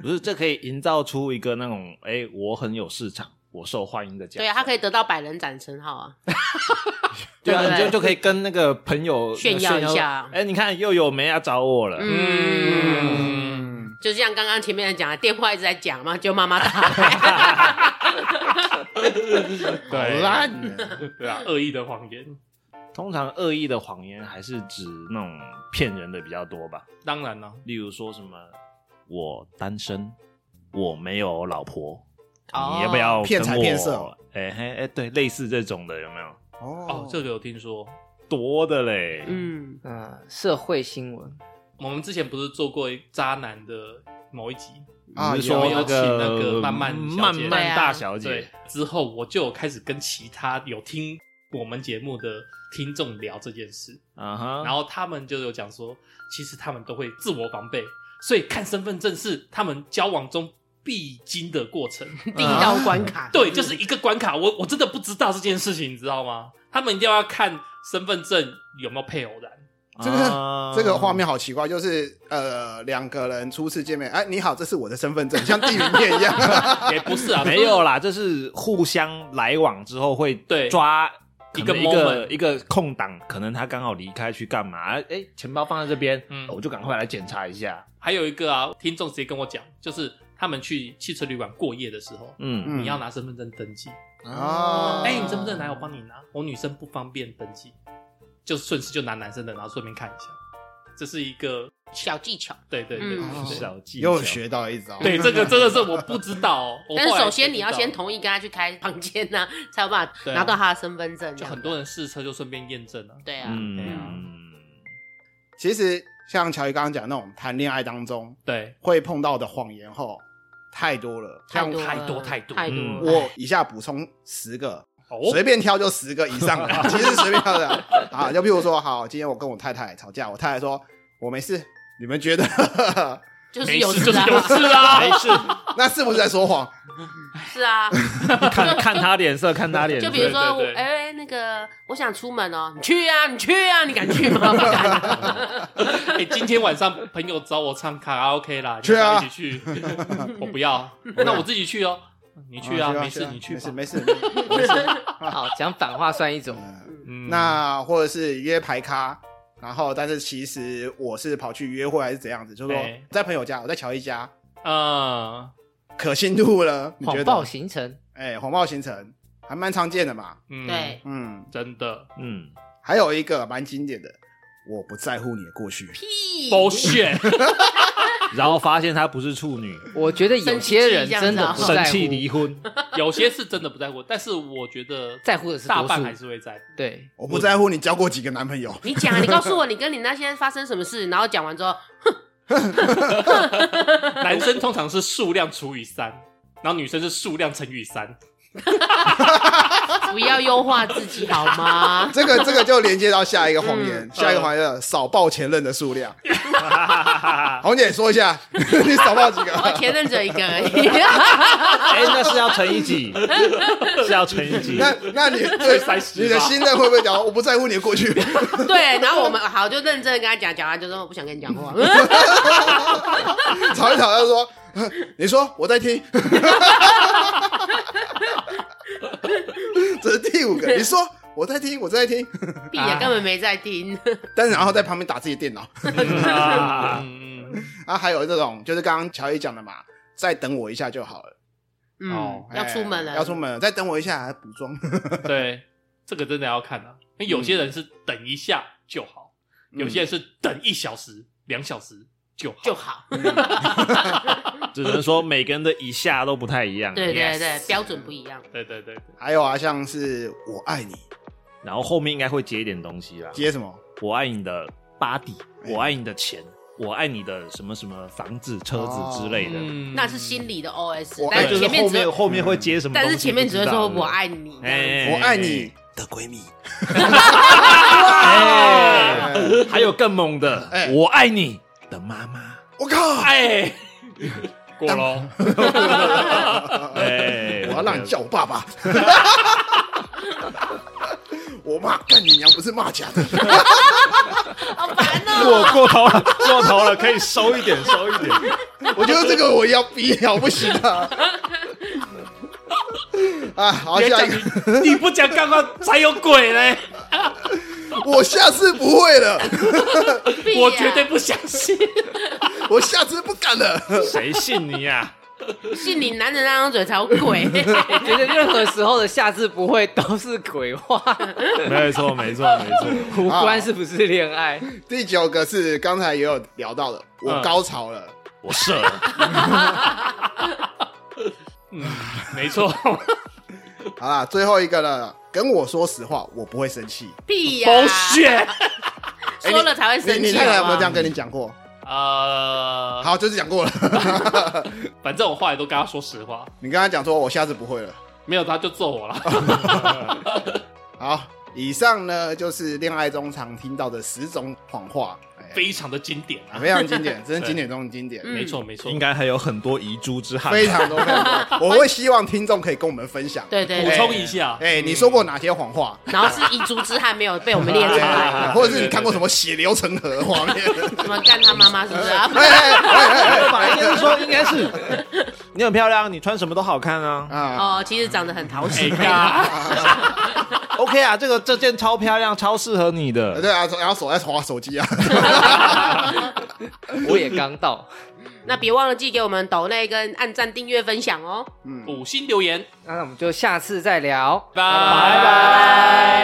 [SPEAKER 4] 不是，这可以营造出一个那种，哎、我很有市场，我受欢迎的角色。
[SPEAKER 1] 对啊，他可以得到百人斩称号啊。
[SPEAKER 4] 对啊，
[SPEAKER 1] 对不
[SPEAKER 4] 你
[SPEAKER 1] 对
[SPEAKER 4] 就就可以跟那个朋友
[SPEAKER 1] 炫耀一下
[SPEAKER 4] 哎、你看又有梅要找我了，
[SPEAKER 1] 嗯，
[SPEAKER 5] 嗯，
[SPEAKER 1] 就像刚刚前面讲的，电话一直在讲嘛，就妈妈打 来。
[SPEAKER 5] 好
[SPEAKER 2] 对
[SPEAKER 5] 烂哦，
[SPEAKER 2] 对啊，恶意的谎言，
[SPEAKER 4] 通常恶意的谎言还是指那种骗人的比较多吧，
[SPEAKER 2] 当然了，
[SPEAKER 4] 例如说什么我单身，我没有老婆，
[SPEAKER 1] 哦
[SPEAKER 4] 你要不要跟
[SPEAKER 5] 骗财
[SPEAKER 4] 我
[SPEAKER 5] 骗色？
[SPEAKER 4] 哎嘿哎，对，类似这种的有没有？
[SPEAKER 5] 哦
[SPEAKER 2] 哦，这个有听说。
[SPEAKER 4] 多的嘞，
[SPEAKER 1] 嗯，
[SPEAKER 3] 嗯，社会新闻，
[SPEAKER 2] 我们之前不是做过渣男的某一集，
[SPEAKER 5] 啊
[SPEAKER 4] 你是说
[SPEAKER 5] 有
[SPEAKER 4] 那
[SPEAKER 2] 有请
[SPEAKER 4] 个
[SPEAKER 2] 那个曼曼小姐
[SPEAKER 4] 曼曼
[SPEAKER 1] 啊
[SPEAKER 4] 大小
[SPEAKER 2] 对
[SPEAKER 4] 姐，，
[SPEAKER 2] 之后我就有开始跟其他有听我们节目的听众聊这件事，
[SPEAKER 4] 啊哈，
[SPEAKER 1] 嗯
[SPEAKER 2] 然后他们就有讲说，其实他们都会自我防备，所以看身份证是他们交往中必经的过程。
[SPEAKER 1] 第一道关卡，嗯
[SPEAKER 2] 对，就是一个关卡，我我真的不知道这件事情，你知道吗？他们一定要看身份证有没有配偶栏。
[SPEAKER 5] 这个
[SPEAKER 4] 啊
[SPEAKER 5] 这个画面好奇怪，就是呃两个人初次见面，哎，你好，这是我的身份证，像地名片一样。
[SPEAKER 2] 也不是 啊，
[SPEAKER 4] 没有啦，这是互相来往之后会
[SPEAKER 2] 对
[SPEAKER 4] 抓
[SPEAKER 2] 一个
[SPEAKER 4] 可能一个
[SPEAKER 2] moment
[SPEAKER 4] 一个空档，可能他刚好离开去干嘛？哎、诶钱包放在这边，
[SPEAKER 2] 嗯
[SPEAKER 4] 我就赶快来检查一下。
[SPEAKER 2] 还有一个啊，听众直接跟我讲，就是他们去汽车旅馆过夜的时候，
[SPEAKER 4] 嗯，
[SPEAKER 5] 嗯
[SPEAKER 2] 你要拿身份证登记。
[SPEAKER 5] 哦
[SPEAKER 2] 哎、你身份证来，我帮你拿。我女生不方便登记，就顺势就拿男生的，然后顺便看一下。这是一个，
[SPEAKER 1] 小技巧。
[SPEAKER 2] 对对对，
[SPEAKER 1] 嗯
[SPEAKER 2] 对
[SPEAKER 4] 小技巧
[SPEAKER 5] 又学到一招。
[SPEAKER 2] 对这个真的是我不知道、哦。我
[SPEAKER 1] 但
[SPEAKER 2] 后
[SPEAKER 1] 是
[SPEAKER 2] 来
[SPEAKER 1] 首先你要
[SPEAKER 2] 才知道
[SPEAKER 1] 先同意跟他去开房间呐、 才有办法
[SPEAKER 2] 对啊
[SPEAKER 1] 拿到他的身份证这
[SPEAKER 2] 就
[SPEAKER 1] 样。
[SPEAKER 2] 很多人试车就顺便验证了、
[SPEAKER 1] 对啊，
[SPEAKER 4] 嗯
[SPEAKER 2] 对啊
[SPEAKER 5] 其实像乔伊刚刚讲那种谈恋爱当中
[SPEAKER 2] 对，
[SPEAKER 5] 会碰到的谎言后太多了，
[SPEAKER 1] 太
[SPEAKER 5] 像
[SPEAKER 1] 多
[SPEAKER 2] 太
[SPEAKER 1] 了
[SPEAKER 2] 多太多
[SPEAKER 1] 太多
[SPEAKER 4] 嗯
[SPEAKER 1] 了。
[SPEAKER 5] 我以下补充十个，
[SPEAKER 2] 哎哦
[SPEAKER 5] 随便挑就十个以上的， 其实随便挑的啊。就比如说，好，今天我跟我太太吵架，我太太说我没事，你们觉得
[SPEAKER 1] 就是
[SPEAKER 2] 没
[SPEAKER 1] 有
[SPEAKER 2] 事
[SPEAKER 1] 事
[SPEAKER 2] 就是
[SPEAKER 1] 啊，
[SPEAKER 2] 有事啊，
[SPEAKER 4] 没事，
[SPEAKER 5] 那是不是在说谎？
[SPEAKER 1] 是啊。
[SPEAKER 4] 看 看他脸色，看他脸色。
[SPEAKER 1] 就比如说，我
[SPEAKER 2] 对对对
[SPEAKER 1] 哎、那个我想出门哦，你去啊，你去啊，你敢去 吗？不敢啊。
[SPEAKER 2] 哎、今天晚上朋友找我唱卡拉 OK 啦，
[SPEAKER 5] 去啊
[SPEAKER 2] 你要不要 一起去。我 不要，那我自己去哦。你去啊，
[SPEAKER 5] 啊
[SPEAKER 2] 没事，你去
[SPEAKER 5] 没事
[SPEAKER 2] 吧。
[SPEAKER 5] 没事。没事
[SPEAKER 3] 嗯好，讲反话算一种，
[SPEAKER 2] 嗯
[SPEAKER 5] 那或者是约排咖，然后但是其实我是跑去约会还是怎样子，就是说
[SPEAKER 2] 对
[SPEAKER 5] 在朋友家，我在乔伊家，
[SPEAKER 2] 呃，
[SPEAKER 5] 可信度了，你觉
[SPEAKER 3] 谎报
[SPEAKER 5] 得？
[SPEAKER 3] 行程，
[SPEAKER 5] 哎，谎报行程还蛮常见的嘛。
[SPEAKER 2] 嗯，
[SPEAKER 1] 对，
[SPEAKER 5] 嗯，
[SPEAKER 2] 真的
[SPEAKER 4] 嗯，
[SPEAKER 5] 还有一个蛮经典的，我不在乎你的过去。
[SPEAKER 1] 屁，
[SPEAKER 2] bullshit，
[SPEAKER 4] 然后发现他不是处女，
[SPEAKER 3] 我觉得有些人真的不
[SPEAKER 4] 生
[SPEAKER 3] 在乎，
[SPEAKER 4] 气离婚，
[SPEAKER 2] 有些是真的不在乎，但是我觉得
[SPEAKER 3] 在乎的是
[SPEAKER 2] 大
[SPEAKER 3] 多
[SPEAKER 2] 半还
[SPEAKER 3] 数，
[SPEAKER 2] 是会在乎。
[SPEAKER 3] 对，
[SPEAKER 5] 我不在乎你交过几个男朋友，
[SPEAKER 1] 你讲啊，你告诉我你跟你那些发生什么事，然后讲完之后，
[SPEAKER 2] 男生通常是数量除以三，然后女生是数量乘以三。
[SPEAKER 1] 不要优化自己好吗？
[SPEAKER 5] 这个这个就连接到下一个谎言，
[SPEAKER 1] 嗯
[SPEAKER 5] 下一个谎言叫少报前任的 数量。红姐说一下， 你少报几
[SPEAKER 1] 我
[SPEAKER 5] 个？
[SPEAKER 1] 前任只有一个而已。
[SPEAKER 4] 哎、那是要乘以几？是要乘以几？
[SPEAKER 5] 那那你对
[SPEAKER 2] 30
[SPEAKER 5] 你的
[SPEAKER 2] 吧
[SPEAKER 5] 新任会不会讲我不在乎你的过去？
[SPEAKER 1] 对，然后我们好就认真地跟他讲，讲完就说我不想跟你讲话。
[SPEAKER 5] 吵一吵，他说：“ 你说我在听。” 这是第五个，你说我在听，我在听，
[SPEAKER 1] 屁
[SPEAKER 2] 啊
[SPEAKER 1] 也根本没在听。
[SPEAKER 5] 但是然后在旁边打自己的电脑
[SPEAKER 4] 啊
[SPEAKER 2] 嗯，嗯
[SPEAKER 5] 啊，还有这种就是刚刚乔伊讲的嘛，再等我一下就好了，
[SPEAKER 1] 嗯
[SPEAKER 2] 哦，
[SPEAKER 1] 要出门
[SPEAKER 5] 哎
[SPEAKER 1] 了，
[SPEAKER 5] 要出门了，再等我一下，还补妆，
[SPEAKER 2] 嗯对，这个真的要看啊，因为有些人是等一下就好，
[SPEAKER 5] 嗯
[SPEAKER 2] 有些人是等一小时、两小时就好。
[SPEAKER 1] 就好。
[SPEAKER 5] 嗯
[SPEAKER 4] 只能说每个人的一下都不太一 样。
[SPEAKER 1] 对对对，
[SPEAKER 4] Yes
[SPEAKER 1] 标准不一样。
[SPEAKER 2] 对对对对，
[SPEAKER 5] 还有啊，像是我爱你，
[SPEAKER 4] 然后后面应该会接一点东西啦。
[SPEAKER 5] 接什么？
[SPEAKER 4] 我爱你的 body，
[SPEAKER 5] 哎
[SPEAKER 4] 我爱你的钱，我爱你的什么什么房子、车子之类的。
[SPEAKER 2] 嗯
[SPEAKER 1] 那是心理的 OS，
[SPEAKER 5] 我
[SPEAKER 1] 但
[SPEAKER 4] 但
[SPEAKER 5] 爱
[SPEAKER 4] 就是
[SPEAKER 1] 前面
[SPEAKER 4] 后
[SPEAKER 1] 只
[SPEAKER 4] 面
[SPEAKER 1] 会，
[SPEAKER 4] 后面会接什么东西不知道？
[SPEAKER 1] 但是前面只会说我爱你。
[SPEAKER 4] 哎，哎
[SPEAKER 5] 我爱你。的闺蜜，
[SPEAKER 4] 哎，还有更猛的
[SPEAKER 5] 哎，
[SPEAKER 4] 我爱你的妈妈。
[SPEAKER 5] 我靠！
[SPEAKER 2] 哎，过喽。
[SPEAKER 4] 哎，
[SPEAKER 5] 我要让你叫我爸爸。 我骂干你娘，不是骂假的。
[SPEAKER 1] 好烦哦！
[SPEAKER 4] 哎过过头了，过头了，可以收一点，收一点。
[SPEAKER 5] 我觉得这个我要逼了不行啊。 啊，好，
[SPEAKER 2] 别
[SPEAKER 5] 下
[SPEAKER 2] 讲
[SPEAKER 5] 一个，
[SPEAKER 2] 你， 你不讲干话才有鬼嘞！
[SPEAKER 5] 我下次不会了，
[SPEAKER 1] 屁
[SPEAKER 2] 我
[SPEAKER 1] 呀
[SPEAKER 2] 绝对不相信。
[SPEAKER 5] 我下次不敢了。
[SPEAKER 4] 谁信你啊呀、
[SPEAKER 1] 信你男人那张嘴才有鬼。
[SPEAKER 3] 我哎觉得任何时候的下次不会都是鬼 话，
[SPEAKER 4] 没错，没错，没错。
[SPEAKER 3] 无关是不是恋爱。
[SPEAKER 5] 第九个是刚才也有聊到的，我
[SPEAKER 2] 嗯
[SPEAKER 5] 高潮了。
[SPEAKER 4] 我射了，
[SPEAKER 2] 嗯，没 错，
[SPEAKER 5] 好啦，最后一个了，跟我说实话，我不会生气。
[SPEAKER 1] 屁呀、
[SPEAKER 2] 狗血。
[SPEAKER 1] 说了才会
[SPEAKER 5] 你
[SPEAKER 1] 生
[SPEAKER 5] 你
[SPEAKER 1] 气
[SPEAKER 5] 太太有
[SPEAKER 1] 好不
[SPEAKER 5] 没有这
[SPEAKER 1] 好。
[SPEAKER 5] 样跟你讲过？
[SPEAKER 2] 呃，
[SPEAKER 5] 好，就是讲过了。
[SPEAKER 2] 反正我后来都跟他说实话，
[SPEAKER 5] 你跟他讲说，我下次不会了。
[SPEAKER 2] 没有他就揍我了。
[SPEAKER 5] 好，以上呢就是恋爱中常听到的十种谎话，哎
[SPEAKER 2] 非常的经典
[SPEAKER 5] 啊
[SPEAKER 2] 啊，
[SPEAKER 5] 非常经典，真是经典中的经典，
[SPEAKER 1] 嗯
[SPEAKER 2] 没错没错
[SPEAKER 4] 应。该还有很多遗珠之憾。
[SPEAKER 5] 非常多。非常多我会希望听众可以跟我们分享。
[SPEAKER 1] 对对
[SPEAKER 2] 补
[SPEAKER 1] 对，
[SPEAKER 2] 充一下，
[SPEAKER 5] 哎，你说过哪些谎话？
[SPEAKER 1] 然后是遗珠之憾没有被我们列出来，
[SPEAKER 5] 哎或者是你看过什么血流成河的画面？
[SPEAKER 1] 什么干他妈妈是不是啊？
[SPEAKER 5] 哎 哎哎哎
[SPEAKER 4] 本来就是说，应该是你很漂亮，你穿什么都好看啊。
[SPEAKER 5] 啊！
[SPEAKER 1] 哦，其实长得很讨
[SPEAKER 2] 哎
[SPEAKER 1] 喜。
[SPEAKER 2] 呀，
[SPEAKER 4] OK 啊，这个这件超漂亮，超适合你的。
[SPEAKER 5] 对啊，然后手在划手机啊。
[SPEAKER 3] 我也刚到，
[SPEAKER 1] 那别忘了寄给我们抖内跟按赞、订阅、分享哦。
[SPEAKER 2] 五星留言，
[SPEAKER 3] 那我们就下次再聊。
[SPEAKER 2] 拜拜。